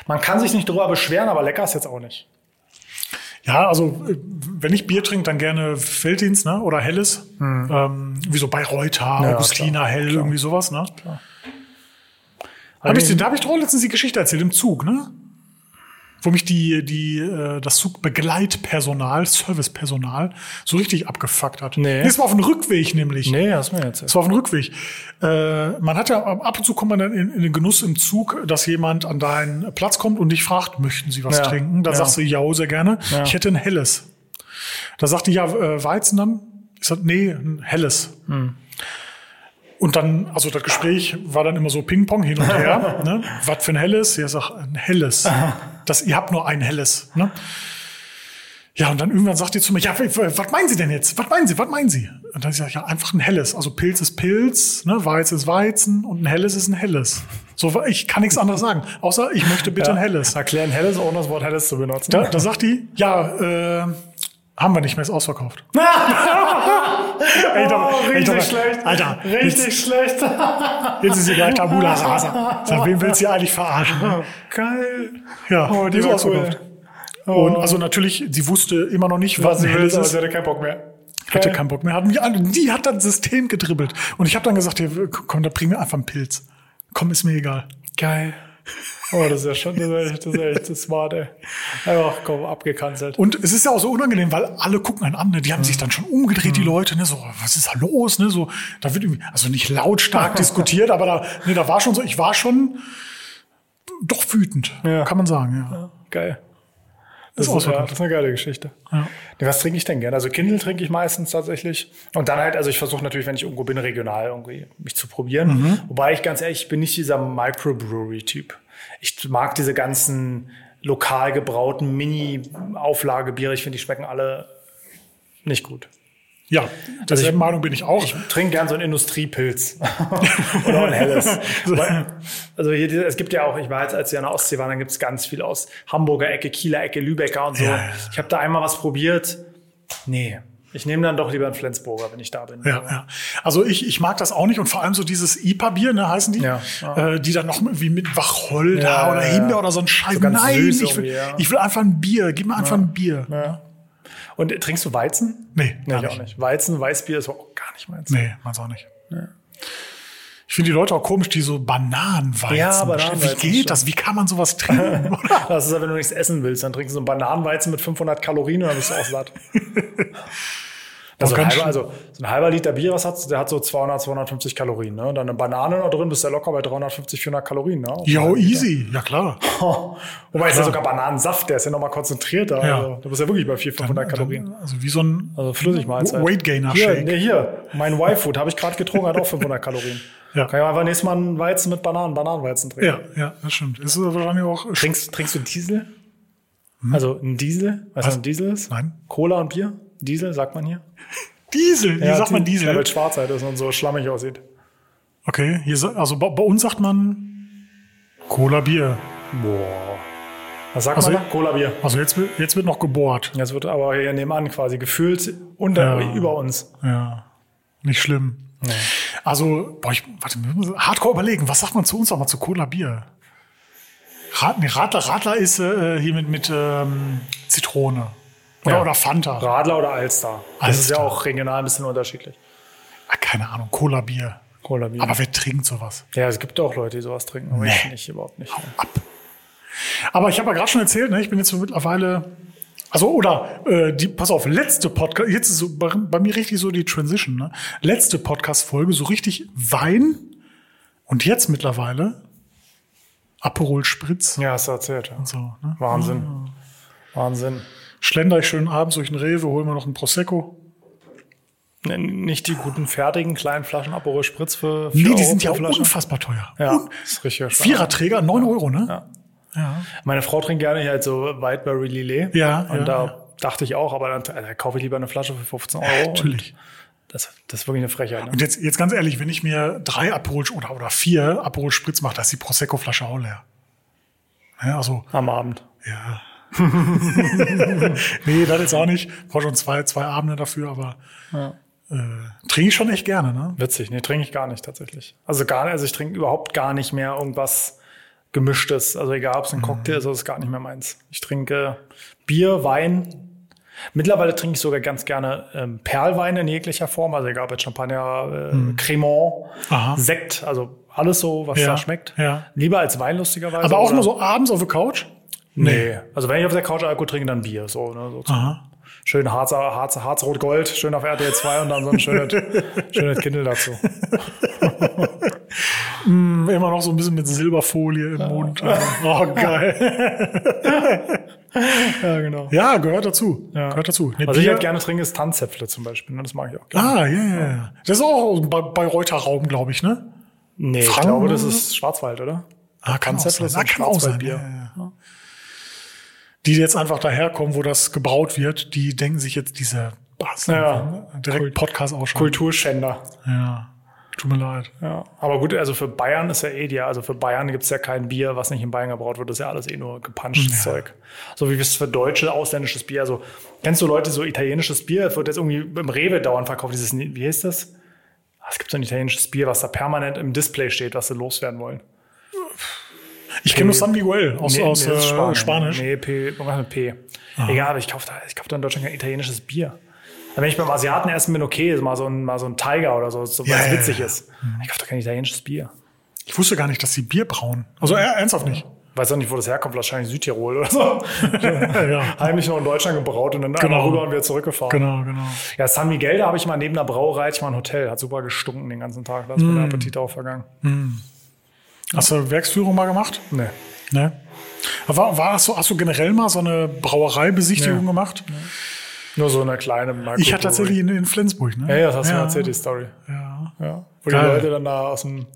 Man kann sich nicht drüber beschweren, aber lecker ist jetzt auch nicht. Ja, also äh, wenn ich Bier trinke, dann gerne Felddienst ne? oder Helles. Ähm, wie so Bayreuther, Hm. ja, Augustiner, Hell, irgendwie sowas. Ne? Hab Also ich, ich- dir- da habe ich doch letztens die Geschichte erzählt im Zug, ne? Wo mich die, die, äh, das Zugbegleitpersonal, Servicepersonal, so richtig abgefuckt hat. Nee. Das war auf dem Rückweg nämlich. Nee, hast du mir jetzt. Das war auf dem Rückweg. Äh, man hat ja ab und zu kommt man dann in, in den Genuss im Zug, dass jemand an deinen Platz kommt und dich fragt, möchten Sie was Ja, trinken? Dann ja. sagst du, ja, sehr gerne. Ich hätte ein helles. Da sagt die, ja, äh, Weizen dann? Ich sag, nee, ein helles. Und dann, also das Gespräch war dann immer so Ping-Pong hin (laughs) und her. ne? Was für ein helles? Ja, sagt ein helles. Das, ihr habt nur ein helles. Ne? Ja, und dann irgendwann sagt die zu mir, ja, w- w- was meinen Sie denn jetzt? Was meinen Sie? Was meinen Sie? Und dann sage ich, ja, einfach ein helles. Also Pilz ist Pilz, ne? Weizen ist Weizen und ein helles ist ein helles. So, wa- ich kann nichts anderes sagen, außer ich möchte bitte ein helles. Erklären Helles, ohne das Wort Helles zu benutzen. (laughs) Da, da sagt die, ja, äh, haben wir nicht mehr, ist ausverkauft. Ey, Oh, doch, ey, doch, Alter, jetzt, (laughs) schlecht. jetzt ist sie gleich Tabula Rasa. Sag, wen willst du hier eigentlich (laughs) verarschen? Oh, Geil. Ja, Oh, die ist war ausverkauft. Und also natürlich, sie wusste immer noch nicht, Was was, ein ich will, helles aber ist. Oh. sie hatte keinen Bock mehr. Hatte Geil. keinen Bock mehr. Hat mich, an- die hat das System gedribbelt. Und ich habe dann gesagt, ja, komm, da bringen wir einfach einen Pilz. Komm, ist mir egal. Geil. Oh, das ist ja schon, das ist echt, das ist echt smart, ey. Einfach, komm, abgekanzelt. Und es ist ja auch so unangenehm, weil alle gucken einen an. Ne? Die haben Mhm. sich dann schon umgedreht, die Leute. Ne? So, was ist da los? Ne? So, da wird irgendwie, also nicht (laughs) lautstark diskutiert, aber da, ne, da war schon so, ich war schon doch wütend, Ja. kann man sagen. Ja. Geil. Das, Ist ist, ja, das ausverkauft. ist eine geile Geschichte. Nee, Was trinke ich denn gerne? Also Kindle trinke ich meistens tatsächlich. Und dann halt, also ich versuche natürlich, wenn ich irgendwo bin, regional irgendwie mich zu probieren. Mhm. Wobei ich ganz ehrlich, ich bin nicht dieser Microbrewery-Typ. Ich mag diese ganzen lokal gebrauten Mini-Auflagebiere. Ich finde, die schmecken alle nicht gut. Ja, derselben Also ich- Meinung bin ich auch. Ich trinke gern so einen Industriepilz (laughs) oder ein (laughs) helles. Weil- also hier, diese- es gibt ja auch, ich war jetzt, als wir an der Ostsee waren, dann gibt es ganz viel aus Hamburger Ecke, Kieler Ecke, Lübecker und so. Ja, ja. Ich habe da einmal was probiert. Nee, ich nehme dann doch lieber einen Flensburger, wenn ich da bin. Ja, ja. Also ich, ich mag das auch nicht und vor allem so dieses IPA-Bier, ne, heißen die, Ja, Äh, die dann noch wie mit Wacholder Ja, oder ja, Himbeer ja. oder so ein Scheiß. So ganz Nein, süß ich will, irgendwie, ja. ich will einfach ein Bier. Gib mir einfach ein Bier. Und äh, trinkst du Weizen? Nee, Nee, gar ich nicht. auch nicht. Weizen, Weißbier ist auch gar nicht meins. Nee, man's auch nicht. Ich finde die Leute auch komisch, die so Bananenweizen. Ja, bestellen. Bananenweizen, Wie geht stimmt. das? Wie kann man sowas (laughs) trinken? Das ist ja, wenn du nichts essen willst, dann trinkst du so einen Bananenweizen mit 500 Kalorien und dann bist du auch (laughs) satt. Also, ein ganz schön. halber, also so ein halber Liter Bier, was hat, der hat so 200, 250 Kalorien. Ne? Und dann eine Banane noch drin, bist du ja locker bei 350, 400 Kalorien. Ne? Jo, easy. Ja, klar. Wobei, es ist ja klar. sogar Bananensaft, der ist ja nochmal konzentrierter. Ja. Also, du bist ja wirklich bei 400, 500 Kalorien. Dann, also wie so ein Also Flüssigmahlzeit. Weight Gainer Hier, Shake. nee, hier, mein Y-Food habe ich gerade getrunken, hat auch 500 Kalorien. Ja. Kann ich einfach nächstes Mal einen Weizen mit Bananen, Bananenweizen trinken. Ja, ja, das stimmt. Ist wahrscheinlich auch. Trinkst, trinkst du Diesel? Also ein Diesel? Weißt du, was ein Diesel ist? Hm? Nein. Cola und Bier? Diesel, sagt man hier? Diesel. Wie sagt man Ja, Diesel? weil es schwarz halt ist und so schlammig aussieht. Okay, hier, sa- also bei, bei uns sagt man Cola Bier. Boah. Was sagt Also- man da? Cola, Bier. Also jetzt, wird- jetzt wird noch gebohrt. Das wird aber hier nebenan quasi gefühlt unter, Ja. über uns. Ja, nicht schlimm. Also, boah, ich, warte, wir müssen hardcore überlegen. Was sagt man zu uns nochmal zu Cola Bier? Rad, nee, Radler, Radler ist äh, hier mit, mit ähm, Zitrone. Oder, Ja. oder Fanta. Radler oder Alster? Das ist ja Alster. auch regional ein bisschen unterschiedlich. Ah, keine Ahnung, Cola Bier. Cola, Bier. Aber wer trinkt sowas? ja, es gibt auch Leute, die sowas trinken, aber Nee. ich nicht, überhaupt nicht. ab. Aber ich habe ja gerade schon erzählt, ne, ich bin jetzt so mittlerweile. Also, oder, äh, die, pass auf, letzte Podcast, jetzt ist so bei, bei mir richtig so die Transition, ne? Letzte Podcast-Folge, so richtig Wein und jetzt mittlerweile Aperol Spritz. Ja, hast du erzählt. Ja. So, ne? Wahnsinn. Wahnsinn. Schlender ich schön abends durch den Rewe, hol mir noch einen Prosecco. N- Ne, Nicht die guten, fertigen, kleinen Flaschen Aperol Spritz für vier Nee, die Euro sind pro ja Flasche. unfassbar teuer. Ja, Un- ist richtig. spannend. Viererträger, 9 Euro, ne? Ja. Meine Frau trinkt gerne hier halt so Whiteberry Lillet. Ja, Und ja, da ja. dachte ich auch, aber dann, äh, da kaufe ich lieber eine Flasche für 15 Euro. Natürlich. Und Das, das ist wirklich eine Frechheit. Ne? Und jetzt, jetzt ganz ehrlich, wenn ich mir drei Aperol oder, oder vier Aperol Spritz mache, da ist die Prosecco-Flasche auch leer. Ja, also, Am Abend. ja. nee, das jetzt auch nicht. Brauche schon zwei, zwei Abende dafür, aber äh, trinke ich schon echt gerne, ne? Witzig. Nee, trinke ich gar nicht tatsächlich. Also gar nicht, also ich trinke überhaupt gar nicht mehr irgendwas Gemischtes. Also egal, ob es Mhm. ein Cocktail ist, das ist gar nicht mehr meins. Ich trinke Bier, Wein. Mittlerweile trinke ich sogar ganz gerne ähm, Perlwein in jeglicher Form, also egal ob jetzt Champagner, äh, Cremant, Mhm. Aha. Sekt, also alles so, was Ja, da schmeckt. ja. Lieber als Wein, lustigerweise. Aber auch oder- nur so abends auf der Couch? Nee. Also wenn ich auf der Couch Alkohol trinke, dann Bier. So, ne? so Aha. schön Harzer, Harzer, Harzrot-Gold, schön auf RTL 2 und dann so ein (laughs) schönes, schönes Kindle dazu. Hm, Immer noch so ein bisschen mit Silberfolie im Mund. (laughs) Oh, geil. Ja, genau. Ja, Also gehört dazu. Ja. Gehört dazu. Nee, Was ich Bier- halt gerne trinke, ist Tanzäpfle zum Beispiel. ne? Das mag ich auch gerne. Ah, ja, ja, ja. Das ist auch aus dem Ba- Bayreuther Raum, glaube ich, ne? Nee, ich Franken- glaube, das ist Schwarzwald, oder? Ah, kann auch Konzept sein. ist Ah, ein kann auch sein. Schwarzwaldbier. Ja, ja, ja. Die jetzt einfach daherkommen, wo das gebraut wird, die denken sich jetzt diese Basen. Ja. Direkt Podcast ausschalten. Kulturschänder. Ja. Tut mir leid. Ja. Aber gut, also für Bayern ist ja eh die, also für Bayern gibt's ja kein Bier, was nicht in Bayern gebraut wird. Das ist ja alles eh nur gepanschtes Zeug. So wie es für Deutsche ausländisches Bier, also kennst du Leute, so italienisches Bier, das wird jetzt irgendwie im Rewe dauernd verkauft, dieses, wie heißt das? Ah, Es gibt so ein italienisches Bier, was da permanent im Display steht, was sie loswerden wollen. Ich kenne nur San Miguel aus, Nee, aus nee, das äh, ist Spanisch. Nee, P, irgendwas mit P. Egal, aber ich kaufe da, ich kauf da in Deutschland kein italienisches Bier. Aber wenn ich beim Asiaten essen bin, okay, ist mal so ein, mal so ein Tiger oder so, so Ja, weil es ja, Mhm. witzig ja. ist. Ich kaufe da kein italienisches Bier. Ich wusste gar nicht, dass sie Bier brauen. Also äh, ernsthaft (laughs) nicht. (laughs) Weiß auch nicht, wo das herkommt, wahrscheinlich Südtirol oder so. ja. Heimlich noch in Deutschland gebraut und dann einmal rüber und wieder zurückgefahren. Genau, genau. Ja, San Miguel, da habe ich mal neben der Brauerei hatte ich mal ein Hotel. Hat super gestunken den ganzen Tag. Da ist mir Mm. der Appetit auch vergangen. Hast du Werksführung mal gemacht? Nee. Ne. Aber War, war, hast, du, hast du generell mal so eine Brauereibesichtigung Nee. gemacht? Nur so eine kleine Microbrewery. Ich hatte tatsächlich in, in Flensburg, ne? Ja, ja, das hast du mir erzählt, die Story. Ja. Ja. Wo Geil. die Leute dann da aus dem,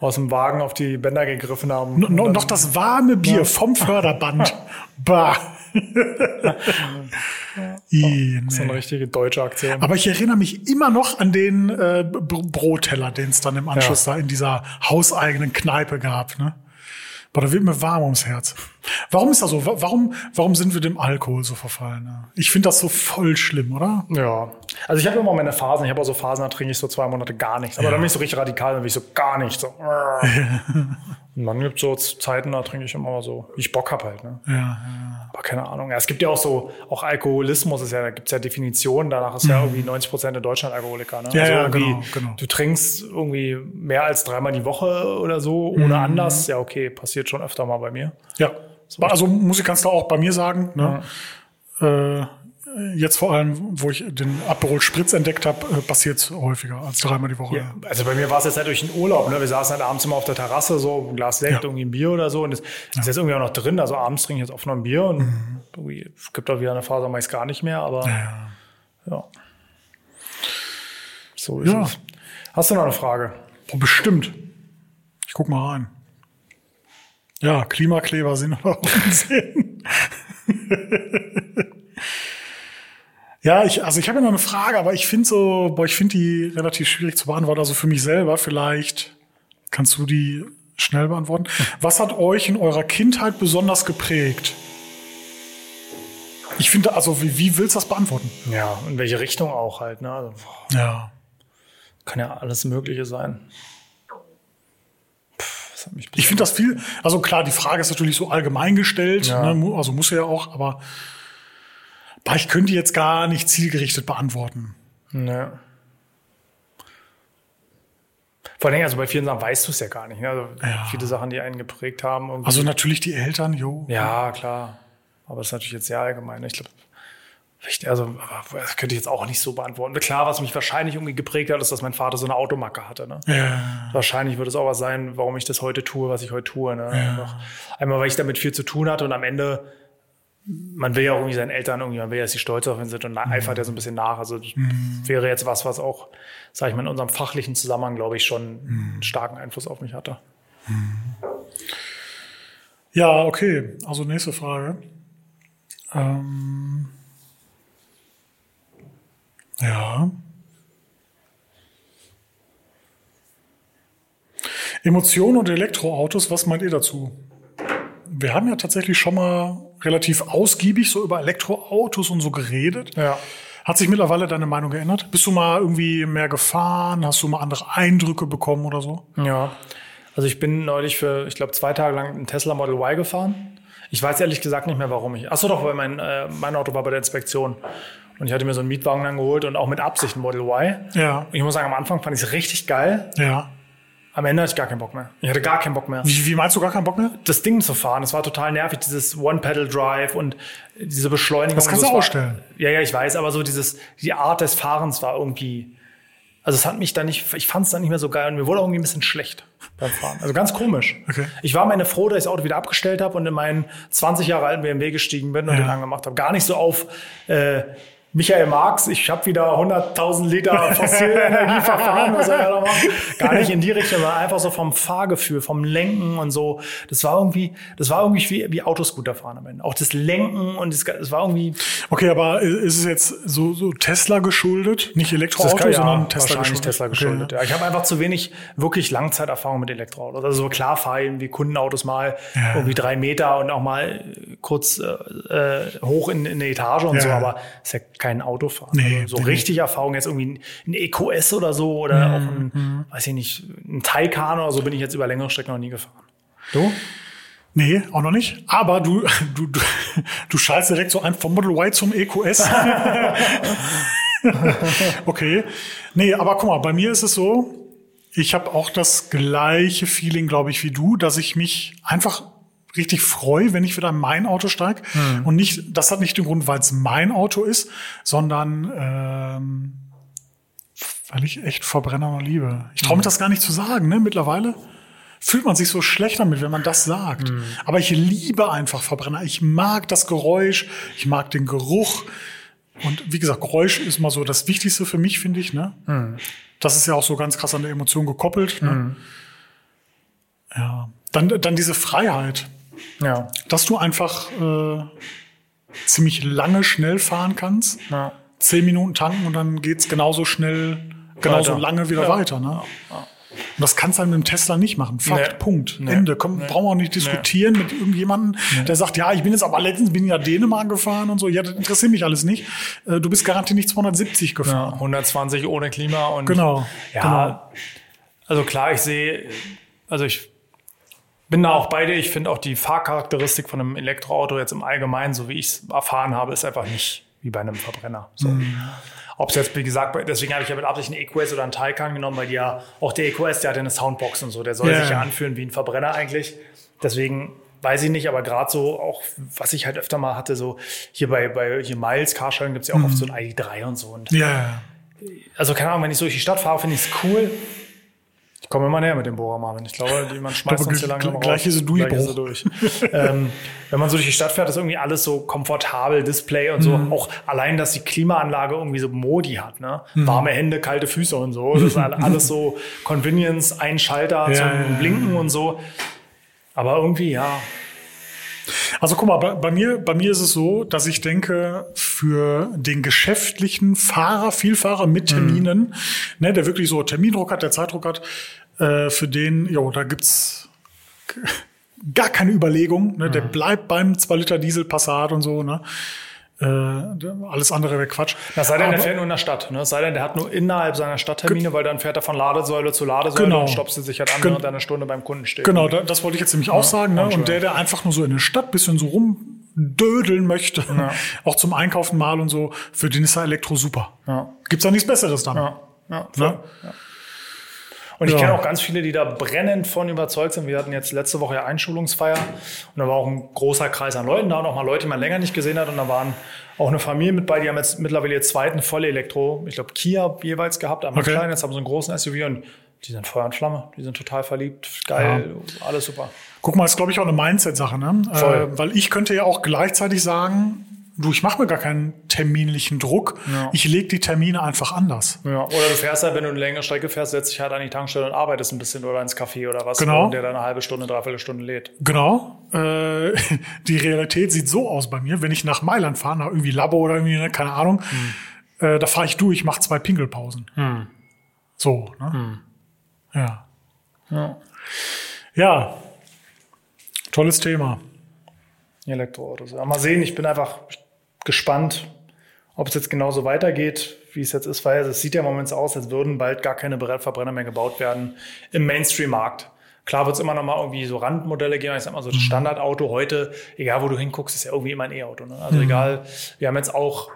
aus dem Wagen auf die Bänder gegriffen haben. No- No, noch das warme Bier vom Förderband. Bah. (laughs) I, So eine nee. richtige deutsche Aktion. Aber ich erinnere mich immer noch an den äh, Br- Brotteller, den es dann im Anschluss da in dieser hauseigenen Kneipe gab. Ne? Aber da wird mir warm ums Herz. Warum ist das so? Wa- Warum, warum sind wir dem Alkohol so verfallen? Ne? Ich finde das so voll schlimm, oder? Ja. Also ich habe immer meine Phasen. Ich habe auch (laughs) so Phasen, da trinke ich so zwei Monate gar nichts. Aber dann bin ich so richtig radikal, dann bin ich so gar nichts. So. Und dann gibt es so Zeiten, da trinke ich immer so, wie ich Bock habe halt. Ne? Ja, ja. Aber keine Ahnung. Ja, es gibt ja auch so, auch Alkoholismus ist ja, da gibt es ja Definitionen, danach ist ja irgendwie 90 Prozent in Deutschland Alkoholiker. Ne? Mhm. Ja, ja, irgendwie, genau, genau. Du trinkst irgendwie mehr als dreimal die Woche oder so, ohne Mhm. Anlass. Ja, okay, passiert schon öfter mal bei mir. Ja. Also muss ich ganz klar auch bei mir sagen, ne? äh, jetzt vor allem, wo ich den Aperol Spritz entdeckt habe, äh, passiert es häufiger als dreimal die Woche. Ja, also bei mir war es jetzt halt durch den Urlaub. Ne? Wir saßen halt abends immer auf der Terrasse, so ein Glas Sekt, Ja. irgendwie ein Bier oder so. Und das ist jetzt irgendwie auch noch drin. Also abends trinke ich jetzt oft noch ein Bier und Mhm. irgendwie, es gibt auch wieder eine Phase, da mache ich es gar nicht mehr. Aber ja. So ist Ja. es. Hast du noch eine Frage? Boah, Oh, bestimmt. Ich guck mal rein. Ja, Klimakleber sind aber auch ein Sinn. (laughs) Ja, ich, also ich habe ja noch eine Frage, aber ich finde so, boah, ich finde die relativ schwierig zu beantworten. Also für mich selber vielleicht kannst du die schnell beantworten. Was hat euch in eurer Kindheit besonders geprägt? Ich finde, also wie, wie willst du das beantworten? Ja, in welche Richtung auch halt. Ne? Also, boah. Ja. Kann ja alles Mögliche sein. Pff, das hat mich Ich finde das viel, also klar, die Frage ist natürlich so allgemein gestellt, Ja. ne, mu- also muss er ja auch, aber boah, ich könnte die jetzt gar nicht zielgerichtet beantworten. Ne. Vor allem, also bei vielen Sachen weißt du es ja gar nicht. Ne? Also Ja. Viele Sachen, die einen geprägt haben. irgendwie. Also natürlich die Eltern, jo. ja, klar. Aber das ist natürlich jetzt sehr allgemein. Ich glaube, vielleicht- also, aber das könnte ich jetzt auch nicht so beantworten. Klar, was mich wahrscheinlich irgendwie geprägt hat, ist, dass mein Vater so eine Automacke hatte. Ne? Ja. Wahrscheinlich wird es auch was sein, warum ich das heute tue, was ich heute tue. Ne? Einfach. Einmal, weil ich damit viel zu tun hatte und am Ende, man will ja auch irgendwie seinen Eltern irgendwie, man will ja, dass sie stolz auf ihn sind und na- eifert ja so ein bisschen nach. Also das wäre jetzt was, was auch, sag ich mal, in unserem fachlichen Zusammenhang, glaube ich, schon einen starken Einfluss auf mich hatte. ja, okay. Also nächste Frage. Ähm, ja. Emotionen und Elektroautos, was meint ihr dazu? Wir haben ja tatsächlich schon mal relativ ausgiebig so über Elektroautos und so geredet. Ja. Hat sich mittlerweile deine Meinung geändert? Bist du mal irgendwie mehr gefahren? Hast du mal andere Eindrücke bekommen oder so? Ja. Also ich bin neulich für, ich glaube, zwei Tage lang einen Tesla Model Y gefahren. Ich weiß ehrlich gesagt nicht mehr, warum ich. Achso, doch, weil mein, äh, mein Auto war bei der Inspektion. Und ich hatte mir so einen Mietwagen dann geholt und auch mit Absicht ein Model Y. Ja. Ich muss sagen, am Anfang fand ich es richtig geil. Ja. Am Ende hatte ich gar keinen Bock mehr. Ich hatte gar keinen Bock mehr. Wie, wie meinst du gar keinen Bock mehr? Das Ding zu fahren, das war total nervig, dieses One-Pedal-Drive und diese Beschleunigung. Das kannst und du es war- ausstellen. Ja, ja, ich weiß, aber so dieses, die Art des Fahrens war irgendwie, also es hat mich dann nicht, ich fand es dann nicht mehr so geil und mir wurde auch irgendwie ein bisschen schlecht beim Fahren. Also ganz komisch. Okay. Ich war am Ende froh, dass ich das Auto wieder abgestellt habe und in meinen 20 Jahre alten BMW gestiegen bin und den angemacht habe. Gar nicht so auf, äh, Michael Marx, ich habe wieder 100.000 Liter fossile Energie verfahren, was er ja da macht. Gar nicht in die Richtung, sondern einfach so vom Fahrgefühl, vom Lenken und so. Das war irgendwie, das war irgendwie wie, wie Autoscooter fahren am Ende. Auch das Lenken und das, das war irgendwie, Okay, aber ist es jetzt so, so Tesla geschuldet? Nicht Elektroauto, Das kann- sondern Tesla wahrscheinlich geschuldet. Tesla geschuldet. Okay. ja. Ich habe einfach zu wenig wirklich Langzeiterfahrung mit Elektroautos. Also so klar fahren wie Kundenautos mal irgendwie drei Meter und auch mal äh, kurz äh, äh, hoch in, in eine Etage und Ja. so, aber ist ja kein Autofahren. Nee, also so nee, Mhm, richtig Erfahrung jetzt irgendwie ein, ein EQS oder so oder auch ein, weiß ich nicht, ein Taycan oder so bin ich jetzt über längere Strecken noch nie gefahren. Du? Nee, auch noch nicht. Aber du, (laughs) du, du, du schaltest direkt so ein vom Model Y zum (laughs) E EQS. okay. Nee, aber guck mal, bei mir ist es so, ich habe auch das gleiche Feeling, glaube ich, wie du, dass ich mich einfach richtig freue, wenn ich wieder in mein Auto steige. Hm. Und nicht, das hat nicht den Grund, weil es mein Auto ist, sondern ähm, weil ich echt Verbrenner noch liebe. Ich traue mich das gar nicht zu sagen, ne? Mittlerweile fühlt man sich so schlecht damit, wenn man das sagt. Aber ich liebe einfach Verbrenner. Ich mag das Geräusch, ich mag den Geruch. Und wie gesagt, Geräusch ist mal so das Wichtigste für mich, finde ich. Ne? Das ist ja auch so ganz krass an der Emotion gekoppelt. Ne? Ja. Dann, dann diese Freiheit, Ja. dass du einfach äh, ziemlich lange schnell fahren kannst. ja. Zehn Minuten tanken und dann geht's genauso schnell, genauso Weiter. lange wieder Ja. weiter. Ne? Und das kannst du halt mit dem Tesla nicht machen. Fakt, Nee. Punkt. Nee. Ende. Komm, Brauchen wir auch nicht diskutieren mit irgendjemandem, der sagt, ja, ich bin jetzt aber letztens bin ich nach Dänemark gefahren und so. Ja, das interessiert mich alles nicht. Äh, Du bist garantiert nicht 270 gefahren. 120 ohne Klima und Genau. Ja, also klar, ich sehe, also ich bin da auch bei dir. Ich finde auch die Fahrcharakteristik von einem Elektroauto jetzt im Allgemeinen, so wie ich es erfahren habe, ist einfach nicht wie bei einem Verbrenner. So. Mhm. Ob es jetzt, wie gesagt, deswegen habe ich ja mit Absicht einen EQS oder einen Taycan genommen, weil die ja, auch der EQS, der hat ja eine Soundbox und so, der soll Ja. sich ja anfühlen wie ein Verbrenner eigentlich. Deswegen weiß ich nicht, aber gerade so auch, was ich halt öfter mal hatte, so hier bei, bei hier Miles Carsharing gibt es ja auch Mhm. oft so ein ID3 und so. Und Ja, ja. also keine Ahnung, wenn ich so durch die Stadt fahre, finde ich es cool. Ich komme immer näher mit dem Bohrer, Marvin. Ich glaube, die- (laughs) man schmeißt glaube, uns hier gl- langsam raus. gleich ist er durch, Gleich ist er Bruch. durch. ähm, wenn man so durch die Stadt fährt, ist irgendwie alles so komfortabel, Display und so. Mhm. Auch allein, dass die Klimaanlage irgendwie so Modi hat. Ne? Mhm. Warme Hände, kalte Füße und so. Das ist all- alles so Convenience, ein Schalter Ja, zum ja, ja. Blinken und so. Aber irgendwie, ja. Also guck mal, bei, bei mir, bei mir ist es so, dass ich denke, für den geschäftlichen Fahrer, Vielfahrer Mhm. mit Terminen, ne, der wirklich so Termindruck hat, der Zeitdruck hat, äh, für den, jo, da gibt's (laughs) gar keine Überlegung. Ne, Der Mhm. bleibt beim 2 Liter Diesel Passat und so. Ne, äh, alles andere wäre Quatsch. Das sei denn, der Aber- fährt nur in der Stadt. Ne? Das sei denn, der hat nur innerhalb seiner Stadt Termine, weil dann fährt er von Ladesäule zu Ladesäule Genau. und stoppt sie sich halt an, Gen- während er eine Stunde beim Kunden steht. Genau, da, das wollte ich jetzt nämlich auch sagen. Ne? Entschuldigung. Und der, der einfach nur so in der Stadt bisschen so rumdödeln möchte, (laughs) auch zum Einkaufen mal und so, für den ist ja Elektro super. Ja. Gibt's da nichts Besseres dann. Ja, ja, voll. Ne? Und ich Ja. kenne auch ganz viele, die da brennend von überzeugt sind. Wir hatten jetzt letzte Woche ja Einschulungsfeier und da war auch ein großer Kreis an Leuten da und auch mal Leute, die man länger nicht gesehen hat. Und da waren auch eine Familie mit bei, die haben jetzt mittlerweile ihr zweiten Vollelektro, ich glaube Kia jeweils gehabt, einmal Okay. klein, jetzt haben sie einen großen SUV und die sind Feuer und Flamme, die sind total verliebt, geil, alles super. Guck mal, ist glaube ich auch eine Mindset-Sache. Ne? Voll. Äh, weil ich könnte ja auch gleichzeitig sagen, du, ich mache mir gar keinen terminlichen Druck. Ja. Ich lege die Termine einfach anders. Ja. Oder du fährst halt, wenn du eine längere Strecke fährst, setzt dich halt an die Tankstelle und arbeitest ein bisschen oder ins Café oder was, Genau. der dann eine halbe Stunde, dreiviertel Stunde lädt. Genau. Äh, (laughs) die Realität sieht so aus bei mir, wenn ich nach Mailand fahre, nach irgendwie Labo oder irgendwie, ne, keine Ahnung, Hm. äh, da fahre ich durch, mache zwei Pinkelpausen. So, ne? Hm. Ja. Ja. Ja. Tolles Thema. Elektroautos. Aber mal sehen, ich bin einfach gespannt, ob es jetzt genauso weitergeht, wie es jetzt ist, weil es sieht ja momentan aus, als würden bald gar keine Bre- Verbrenner mehr gebaut werden im Mainstream-Markt. Klar wird es immer noch mal irgendwie so Randmodelle geben. Ich sag mal so, das Standardauto heute, egal wo du hinguckst, ist ja irgendwie immer ein E-Auto. Ne? Also egal, wir haben jetzt auch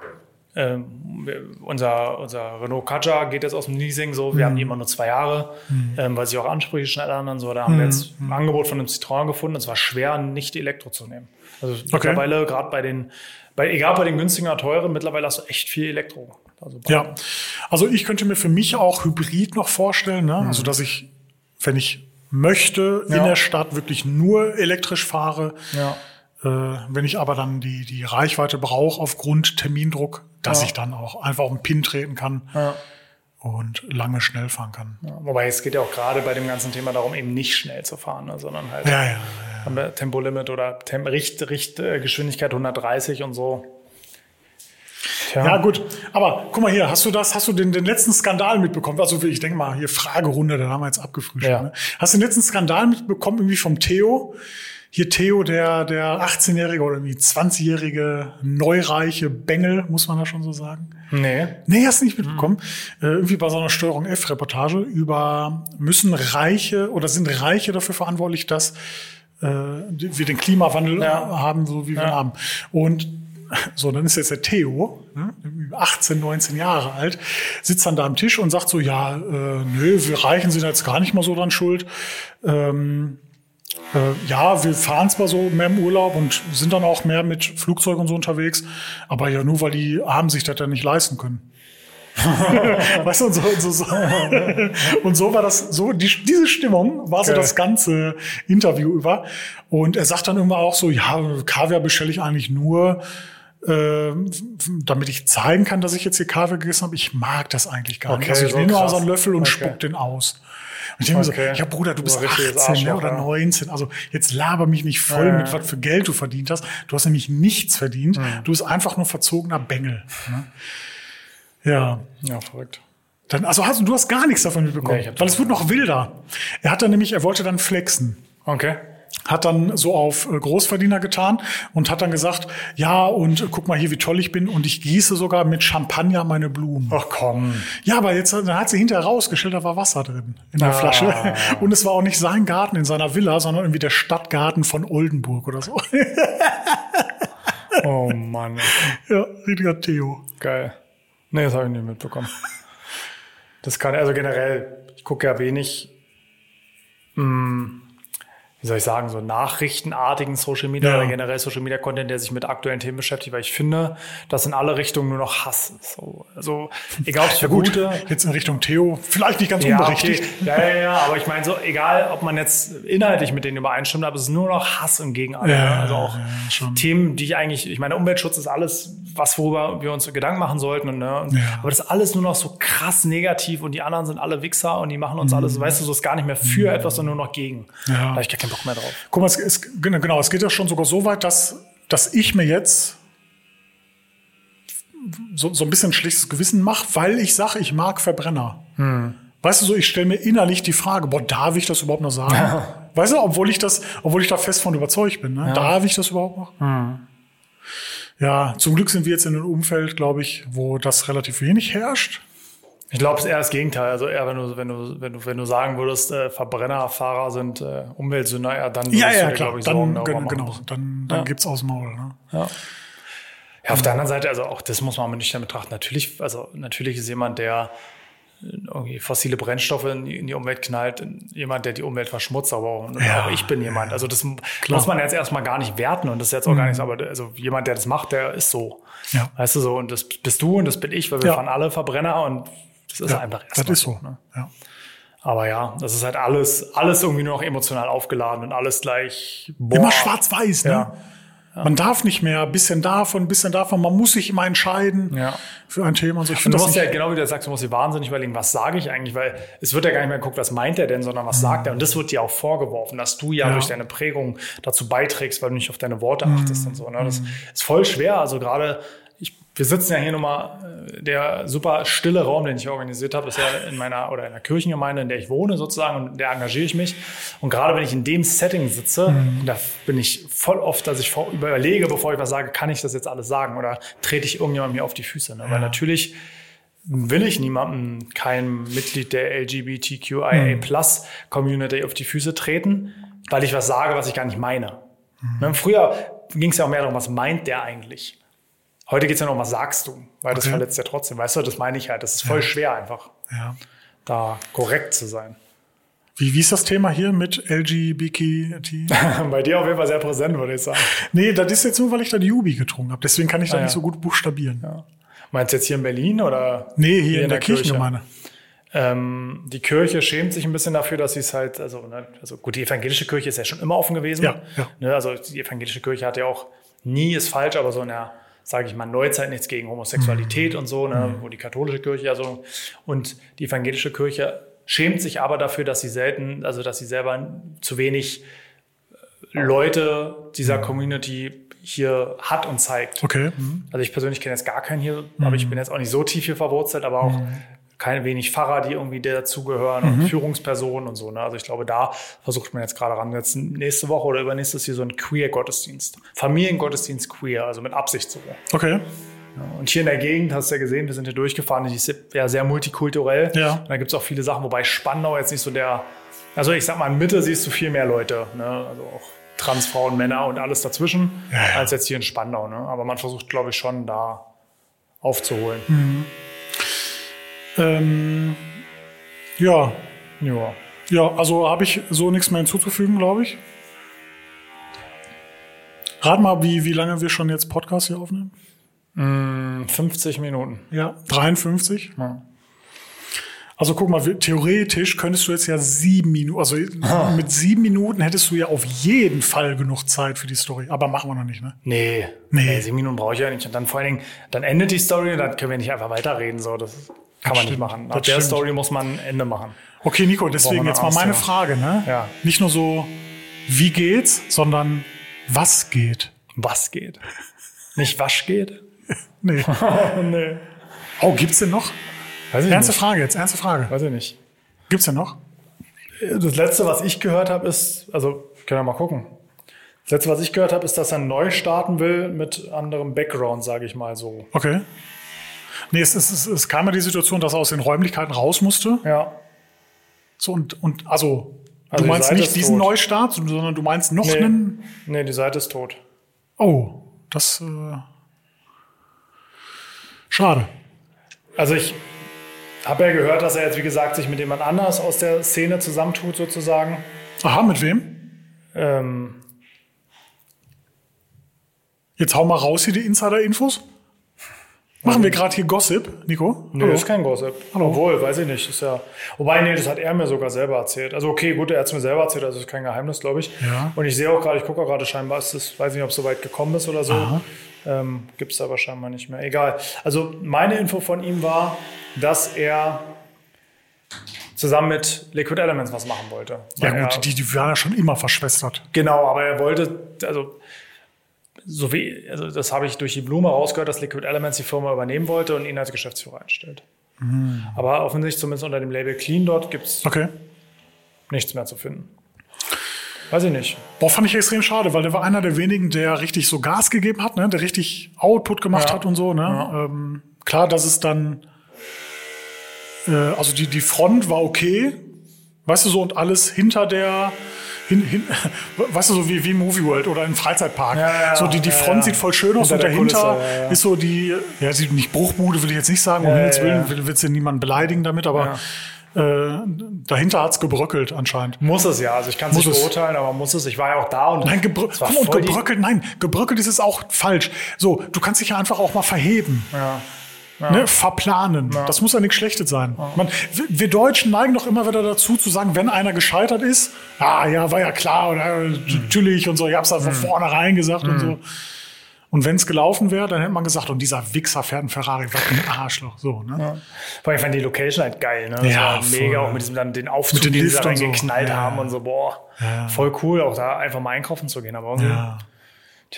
ähm, wir- unser, unser Renault Kadja geht jetzt aus dem Leasing so, wir haben die immer nur zwei Jahre, ähm, weil sich auch Ansprüche schnell ändern. So, da haben wir jetzt ein Angebot von einem Citroën gefunden. Es war schwer, nicht Elektro zu nehmen. Also mittlerweile, gerade bei den, bei, egal bei den günstigen oder teuren, mittlerweile hast du echt viel Elektro. Also bei- Ja. Also ich könnte mir für mich auch Hybrid noch vorstellen, ne? also dass ich, wenn ich möchte, in Hm. Ja. der Stadt wirklich nur elektrisch fahre. ja. Äh, wenn ich aber dann die, die Reichweite brauche aufgrund Termindruck, dass Ja. ich dann auch einfach auf den Pin treten kann Ja. und lange schnell fahren kann. Ja. Wobei es geht ja auch gerade bei dem ganzen Thema darum, eben nicht schnell zu fahren, ne, sondern halt Ja, ja. haben wir Tempolimit oder Tem Richt, Richt, äh, Geschwindigkeit 130 und so. Tja. Ja, gut. Aber guck mal hier, hast du das, hast du den, den letzten Skandal mitbekommen? Also ich denke mal, hier Fragerunde, da haben wir jetzt abgefrühstückt. Ja. Ne? Hast du den letzten Skandal mitbekommen, irgendwie vom Theo? Hier Theo, der, der 18-jährige oder irgendwie 20-jährige neureiche Bengel, muss man da schon so sagen. Nee. Nee, hast du nicht mitbekommen. Äh, irgendwie bei so einer Steuerung F-Reportage über müssen Reiche oder sind Reiche dafür verantwortlich, dass äh, die- wir den Klimawandel Ja. äh, haben, so wie wir ihn haben. Und so, dann ist jetzt der Theo, ne, 18, 19 Jahre alt, sitzt dann da am Tisch und sagt so, ja, äh, nö, wir Reichen sind jetzt gar nicht mal so dran schuld. Ähm, äh, ja, wir fahren zwar so mehr im Urlaub und sind dann auch mehr mit Flugzeug und so unterwegs, aber ja nur, weil die Armen sich das ja nicht leisten können. (laughs) weißt du, und so, und so, so. (laughs) und so war das, so, die, diese Stimmung war so Geil. das ganze Interview über. Und er sagt dann immer auch so, ja, Kaviar bestelle ich eigentlich nur, ähm, damit ich zeigen kann, dass ich jetzt hier Kaviar gegessen habe. Ich mag das eigentlich gar nicht. Okay, Also ich so nehme nur krass. so einen Löffel und Okay. spuck den aus. Und ich denke mir so, Okay. ja Bruder, du So bist richtiges 18 ne, Arschloch, oder ja. 19. Also jetzt laber mich nicht voll mit was für Geld du verdient hast. Du hast nämlich nichts Hm. verdient. Du bist einfach nur verzogener Bengel. Ne? Ja. Ja, verrückt. Dann, also hast, du hast gar nichts davon mitbekommen, Nee, ich hab's weil es wird noch wilder. Er hat dann nämlich, er wollte dann flexen. Okay. hat dann so auf äh, Großverdiener getan und hat dann gesagt, ja, und guck mal hier, wie toll ich bin und ich gieße sogar mit Champagner meine Blumen. Ach komm. Ja, aber jetzt äh, dann hat sie hinterher rausgestellt, da war Wasser drin in der ah. Flasche. (laughs) Und es war auch nicht sein Garten in seiner Villa, sondern irgendwie der Stadtgarten von Oldenburg oder so. (laughs) oh Mann. Ja, richtiger Theo. Geil. Nee, das habe ich nicht mitbekommen. Das kann, also generell, ich gucke ja wenig. Mh, wie soll ich sagen, so nachrichtenartigen Social Media ja. oder generell Social Media Content, der sich mit aktuellen Themen beschäftigt, weil ich finde, dass in alle Richtungen nur noch Hass ist. So, also, egal ob es ja, gut, gute. Jetzt in Richtung Theo, vielleicht nicht ganz ja, unberechtigt. Okay. Ja, ja, ja, aber ich meine, so, egal ob man jetzt inhaltlich mit denen übereinstimmt, aber es ist nur noch Hass im Gegenteil. Ja, also auch ja, Themen, die ich eigentlich, ich meine, Umweltschutz ist alles, was worüber wir uns Gedanken machen sollten. Und, ne? Und, aber das ist alles nur noch so krass negativ und die anderen sind alle Wichser und die machen uns mhm. alles, weißt du, so ist gar nicht mehr für etwas, sondern nur noch gegen. Ja. Da ich gar keinen Bock mehr drauf. Guck mal, es, es, genau, es geht ja schon sogar so weit, dass, dass ich mir jetzt so, so ein bisschen ein schlechtes Gewissen mache, weil ich sage, ich mag Verbrenner. Hm. Weißt du so, ich stelle mir innerlich die Frage, boah, darf ich das überhaupt noch sagen? Ja. Weißt du, obwohl ich das, obwohl ich da fest von überzeugt bin, ne? ja. darf ich das überhaupt noch? Hm. Ja, zum Glück sind wir jetzt in einem Umfeld, glaube ich, wo das relativ wenig herrscht. Ich glaube, es ist eher das Gegenteil. Also eher, wenn du, wenn du, wenn du, wenn du sagen würdest, äh, Verbrennerfahrer sind äh, Umweltsünder, ja, dann ja, Also ja, du, glaube ich, Sorgen dann, darüber genau, machen. Dann, dann ja. gibt's aus dem Maul. Ne? Ja. ja, auf der anderen Seite, also auch das muss man aber nicht damit betrachten. Natürlich, also natürlich ist jemand, der äh, irgendwie fossile Brennstoffe in die Umwelt knallt, jemand, der die Umwelt verschmutzt, aber auch, ja, auch ich bin jemand. Also das klar. muss man jetzt erstmal gar nicht werten und das ist jetzt auch mhm. gar nichts, aber also jemand, der das macht, der ist so. Ja. Weißt du so, und das bist du und das bin ich, weil wir fahren alle Verbrenner und das ist ja, einfach erstmal. Das ist so. Ne? Ja. Aber ja, das ist halt alles, alles irgendwie nur noch emotional aufgeladen und alles gleich. Boah. Immer schwarz-weiß, ne? Ja. Ja. Man darf nicht mehr, ein bisschen davon, ein bisschen davon. Man muss sich immer entscheiden für ein Thema. Und so. ich und du musst ja, genau wie du sagst, du musst dir wahnsinnig überlegen, was sage ich eigentlich? Weil es wird ja gar nicht mehr geguckt, was meint er denn, sondern was mhm. sagt er. Und das wird dir auch vorgeworfen, dass du ja, durch deine Prägung dazu beiträgst, weil du nicht auf deine Worte mhm. achtest und so. Ne? Das mhm. ist voll schwer. Also gerade wir sitzen ja hier nochmal, der super stille Raum, den ich organisiert habe, ist ja in meiner oder in der Kirchengemeinde, in der ich wohne sozusagen und da engagiere ich mich. Und gerade wenn ich in dem Setting sitze, mhm. da bin ich voll oft, dass ich überlege, bevor ich was sage, kann ich das jetzt alles sagen oder trete ich irgendjemandem mir auf die Füße. Ne? Weil ja. natürlich will ich niemandem, keinem Mitglied der Hm. LGBTQIA Plus Community auf die Füße treten, weil ich was sage, was ich gar nicht meine. Hm. Mhm. Früher ging es ja auch mehr darum, was meint der eigentlich? Heute geht's ja noch, was sagst du? Weil das okay. verletzt ja trotzdem. Weißt du, das meine ich halt. Das ist voll ja. schwer einfach, ja. da korrekt zu sein. (laughs) Wie, wie ist das Thema hier mit (laughs) LGBT? Bei dir auf jeden Fall sehr präsent, würde ich sagen. Nee, das ist jetzt nur, weil ich da die Jubi getrunken habe. Deswegen kann ich ah, da ja. nicht so gut buchstabieren. Ja. Meinst du jetzt hier in Berlin oder? Nee, hier, hier in, in, der, der Kirchengemeinde. Ähm, die Kirche schämt sich ein bisschen dafür, dass sie es halt, also, ne, also gut, die evangelische Kirche ist ja schon immer offen gewesen. Ja, ja. Ne, also die evangelische Kirche hat ja auch nie ist falsch, aber so in der sage ich mal, Neuzeit nichts gegen Homosexualität mhm. und so, ne, wo die katholische Kirche ja so und die evangelische Kirche schämt sich aber dafür, dass sie selten, also dass sie selber zu wenig äh, Leute dieser Community hier hat und zeigt. Mhm. Okay. Mhm. Also ich persönlich kenne jetzt gar keinen hier, aber ich bin jetzt auch nicht so tief hier verwurzelt, aber auch mhm. keine wenig Pfarrer, die irgendwie dazugehören und Führungspersonen und so. Ne? Also ich glaube, da versucht man jetzt gerade ran. Jetzt nächste Woche oder übernächstes hier so ein Queer-Gottesdienst. Familiengottesdienst queer, also mit Absicht sogar. Okay. Und hier in der Gegend, hast du ja gesehen, wir sind hier durchgefahren, die ist ja sehr multikulturell. Ja. Und da gibt es auch viele Sachen, wobei Spandau jetzt nicht so der, also ich sag mal, in Mitte siehst du viel mehr Leute, ne? also auch Transfrauen, Männer und alles dazwischen, ja, ja. als jetzt hier in Spandau. Ne? Aber man versucht, glaube ich, schon da aufzuholen. Mhm. Ähm, ja. Ja. Ja, also habe ich so nichts mehr hinzuzufügen, glaube ich. Rat mal, wie, wie lange wir schon jetzt Podcast hier aufnehmen? 50 Minuten. Ja, 53. Ja. Also guck mal, theoretisch könntest du jetzt ja sieben Minuten, also ah. mit sieben Minuten hättest du ja auf jeden Fall genug Zeit für die Story. Aber machen wir noch nicht, ne? Nee. Nee. nee sieben Minuten brauche ich ja nicht. Und dann vor allen Dingen, dann endet die Story und dann können wir nicht einfach weiterreden. So, das kann das man stimmt. nicht machen. Nach das der stimmt. Story muss man ein Ende machen. Okay, Nico, deswegen jetzt mal meine Angst, Frage, ne? Ja. Nicht nur so, wie geht's, sondern was geht? Was geht? Nicht wasch geht? (laughs) Nee. (laughs) nee. Oh, gibt's denn noch? Weiß ich ernste nicht. Frage jetzt, ernste Frage. Weiß ich nicht. Gibt's denn noch? Das letzte, was ich gehört habe, ist, also können wir mal gucken. Das letzte, was ich gehört habe, ist, dass er neu starten will mit anderem Background, sage ich mal so. Okay. Nee, es, es, es, es kam ja die Situation, dass er aus den Räumlichkeiten raus musste. Ja. So und, und also, Also du die meinst Seite nicht ist diesen tot. Neustart, sondern du meinst noch Nee. einen. Nee, die Seite ist tot. Oh, das. Äh, schade. Also ich habe ja gehört, dass er jetzt, wie gesagt, sich mit jemand anders aus der Szene zusammentut sozusagen. Aha, mit wem? Ähm, Jetzt hau mal raus hier die Insider-Infos. Machen wir gerade hier Gossip, Nico? Oh. nö, ist kein Gossip. Hallo. Obwohl, weiß ich nicht. Ist ja, wobei, nee, das hat er mir sogar selber erzählt. Also okay, gut, er hat es mir selber erzählt, also ist kein Geheimnis, glaube ich. Ja. Und ich sehe auch gerade, ich gucke auch gerade scheinbar, ist es, weiß nicht, ob es so weit gekommen ist oder so. Ähm, Gibt es aber scheinbar nicht mehr. Egal. Also meine Info von ihm war, dass er zusammen mit Liquid Elements was machen wollte. Ja, Weil er- gut, die, die waren ja schon immer verschwestert. Genau, aber er wollte, also, so wie, also das habe ich durch die Blume rausgehört, dass Liquid Elements die Firma übernehmen wollte und ihn als Geschäftsführer einstellt. Mhm. Aber offensichtlich, zumindest unter dem Label Clean dort, gibt es Okay. nichts mehr zu finden. Weiß ich nicht. Boah, fand ich extrem schade, weil der war einer der wenigen, der richtig so Gas gegeben hat, ne? der richtig Output gemacht Ja. hat und so. Ne? Ähm, klar, dass es dann, äh, also die, die Front war okay, weißt du so, und alles hinter der, hin, hin, (laughs) weißt du so, wie, wie Movie World oder im Freizeitpark. Ja, ja, so die, die ja, Front ja. sieht voll schön aus Hinter und der dahinter Kulisse, ja, ja. ist so die, ja, sieht nicht Bruchbude, will ich jetzt nicht sagen, um ja, Himmels Willen ja. will- willst du niemanden beleidigen damit, aber äh, dahinter hat's gebröckelt anscheinend. Muss es ja, also ich kann es nicht Muss es. beurteilen, aber muss es. Ich war ja auch da und. Nein, gebrö es war Guck mal, und voll die- gebröckelt, nein, gebröckelt ist es auch falsch. So, du kannst dich ja einfach auch mal verheben. Ja. Ne, verplanen. Das muss ja nichts Schlechtes sein. Man, wir, wir Deutschen neigen doch immer wieder dazu zu sagen, wenn einer gescheitert ist, ah ja, war ja klar, oder, äh, Hm. natürlich und so, ich hab's ja von vornherein gesagt und so. Und wenn es gelaufen wäre, dann hätte man gesagt, und dieser Wichser fährt einen Ferrari, was ein Arschloch. So, ne? Vor allem fand die Location halt geil, ne? Das Ja, war mega, voll. auch mit diesem dann den Aufzug, Mit dem den sie Lift da und so. reingeknallt Ja. haben und so, boah, voll cool, auch da einfach mal einkaufen zu gehen. Aber irgendwie, Ja.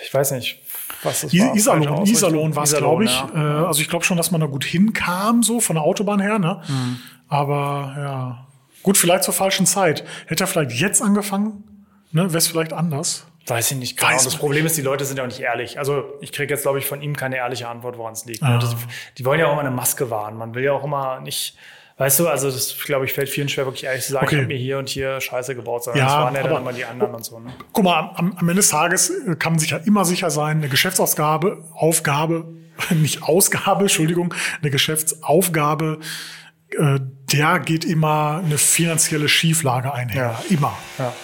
ich weiß nicht, was das I war. Falsche Iserlohn, Ausrichtung. Iserlohn war es, Iserlohn, glaube ich. ja. Äh, also ich glaube schon, dass man da gut hinkam, so von der Autobahn her. Ne? Mhm. Aber ja, gut, vielleicht zur falschen Zeit. Hätte er vielleicht jetzt angefangen, ne? wäre es vielleicht anders. Weiß ich nicht. Keine Weiß Ahnung. Das man Problem ist, die Leute sind ja auch nicht ehrlich. Also ich kriege jetzt, glaube ich, von ihm keine ehrliche Antwort, woran es liegt. Ah. Das, die wollen ja auch immer eine Maske wahren. Man will ja auch immer nicht, weißt du, also das, glaube ich, fällt vielen schwer, wirklich ehrlich zu sagen, Okay. ich habe mir hier und hier Scheiße gebaut, sondern Ja, das waren ja dann aber- immer die anderen und so. Ne? Guck mal, am, am Ende des Tages äh, kann man sich ja immer sicher sein, eine Geschäftsausgabe, Aufgabe, (laughs) nicht Ausgabe, Entschuldigung, eine Geschäftsaufgabe, äh, der geht immer eine finanzielle Schieflage einher. Immer. Ja.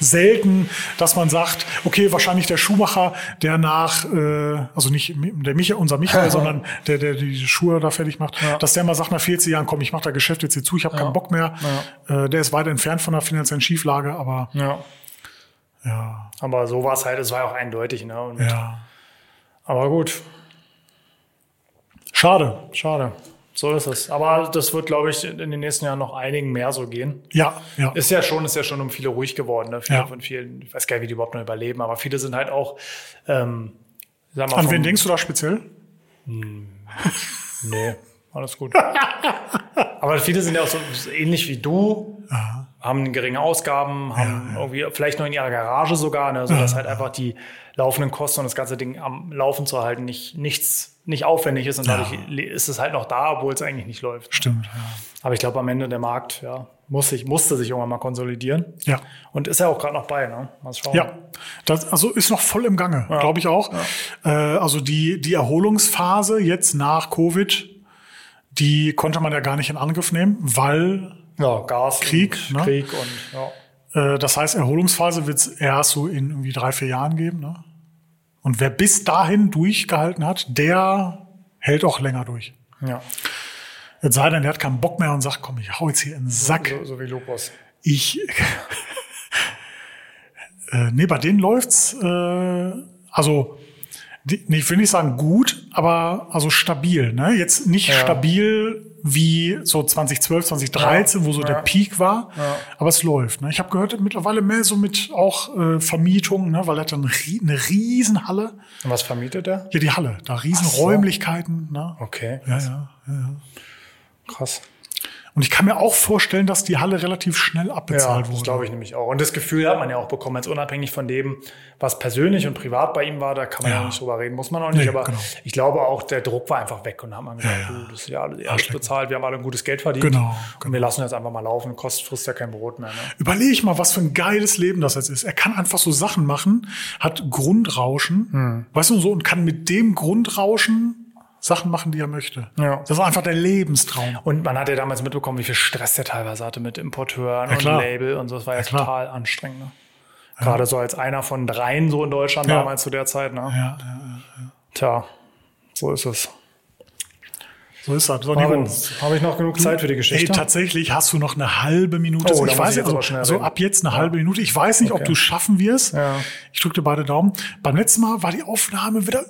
selten, dass man sagt, okay, wahrscheinlich der Schuhmacher, der nach, äh, also nicht Mi- der Michael, unser Michael, sondern der, der die Schuhe da fertig macht, dass der mal sagt nach 40 Jahren, komm, ich mache da Geschäft jetzt hier zu, ich habe keinen Bock mehr. Äh, der ist weit entfernt von der finanziellen Schieflage, aber Ja. ja, Aber so war es halt, es war ja auch eindeutig. Ne? Und, ja. Aber gut, Schade. schade. So ist es. Aber das wird, glaube ich, in den nächsten Jahren noch einigen mehr so gehen. Ja, ja. Ist ja schon, ist ja schon um viele ruhig geworden. Ne? Viele Ja. von vielen, ich weiß gar nicht, wie die überhaupt noch überleben, aber viele sind halt auch, ähm, sag mal, An vom- wen denkst du da speziell? Nee, alles gut. Aber viele sind ja auch so so ähnlich wie du, haben geringe Ausgaben, haben irgendwie vielleicht noch in ihrer Garage sogar, ne, so dass halt einfach die laufenden Kosten und das ganze Ding am Laufen zu halten nicht nichts nicht aufwendig ist und dadurch le- ist es halt noch da, obwohl es eigentlich nicht läuft. Stimmt. ja. Aber ich glaube am Ende der Markt, ja, muss sich musste sich irgendwann mal konsolidieren Ja. und ist ja auch gerade noch bei, ne? Mal schauen. Ja, das also ist noch voll im Gange, glaube ich auch. Äh, also die, die Erholungsphase jetzt nach Covid, die konnte man ja gar nicht in Angriff nehmen, weil ja Gas, Krieg, und ne? Krieg und ja. äh, das heißt, Erholungsphase wird es erst so in irgendwie drei, vier Jahren geben. Ne? Und wer bis dahin durchgehalten hat, der hält auch länger durch. ja. Es sei denn, der hat keinen Bock mehr und sagt, komm, ich hau jetzt hier in den Sack. So, so wie Lupus. Ich. äh, nee, bei denen läuft's. Äh, also, die, nee, ich will nicht sagen gut, aber also stabil. Ne? Jetzt nicht stabil wie so 2012, 2013, wo so der Peak war, aber es läuft. Ne? Ich habe gehört, mittlerweile mehr so mit auch äh, Vermietung, ne? weil er hat dann rie- eine Riesenhalle. Und was vermietet er? Ja, die Halle, da Riesenräumlichkeiten. Ne? Okay, Ja, ja. krass. Und ich kann mir auch vorstellen, dass die Halle relativ schnell abbezahlt das wurde. glaube ich nämlich auch. Und das Gefühl hat man ja auch bekommen, jetzt unabhängig von dem, was persönlich und privat bei ihm war, da kann man ja, Ja. nicht drüber reden, muss man auch nicht. Nee, aber genau. ich glaube auch, der Druck war einfach weg und da hat man gesagt, Ja, ja. du, das ist ja alles ehrlich Arschlecken. bezahlt, wir haben alle ein gutes Geld verdient. Genau, Und wir lassen jetzt einfach mal laufen, kostet frisst ja kein Brot mehr. Ne? Überlege ich mal, was für ein geiles Leben das jetzt ist. Er kann einfach so Sachen machen, hat Grundrauschen, Hm. weißt du, und so, und kann mit dem Grundrauschen Sachen machen, die er möchte. Ja. Das ist einfach der Lebenstraum. Und man hat ja damals mitbekommen, wie viel Stress der teilweise hatte mit Importeuren Ja, und klar. Label und so. Das war ja, klar. total anstrengend. Ne? Gerade so als einer von dreien so in Deutschland Ja. damals zu der Zeit. Ne? Ja, Tja, so ist es. so ist das. So, Marvin, Nico, habe ich noch genug Hm? Zeit für die Ey, Geschichte? tatsächlich hast du noch eine halbe Minute. Oh, da ich muss ich weiß jetzt also, aber schnell so reden. ab jetzt eine halbe Minute. Ich weiß nicht, ob Okay. du schaffen wirst. Ja. Ich drücke dir beide Daumen. Beim letzten Mal war die Aufnahme wieder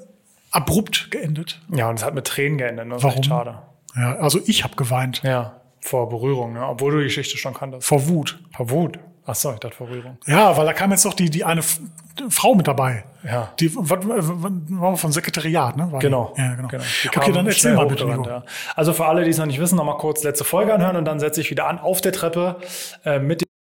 abrupt geendet. ja, und es hat mit Tränen geendet. Ne? Das Warum? War echt schade. Ja, also ich habe geweint. Ja, vor Berührung, ne? obwohl du die Geschichte schon kanntest. Vor Wut. Vor Wut. Ach so, ich dachte vor Berührung. Ja, weil da kam jetzt noch die, die eine F Frau mit dabei. Ja. Die äh, was- was- was- vom Sekretariat, ne? War die? Genau. Ja, genau. Die Okay, kamen dann erzähl schnell mal bitte, hochgerannt, Nico. ja. Also für alle, die es noch nicht wissen, nochmal kurz letzte Folge anhören und dann setze ich wieder an auf der Treppe äh, mit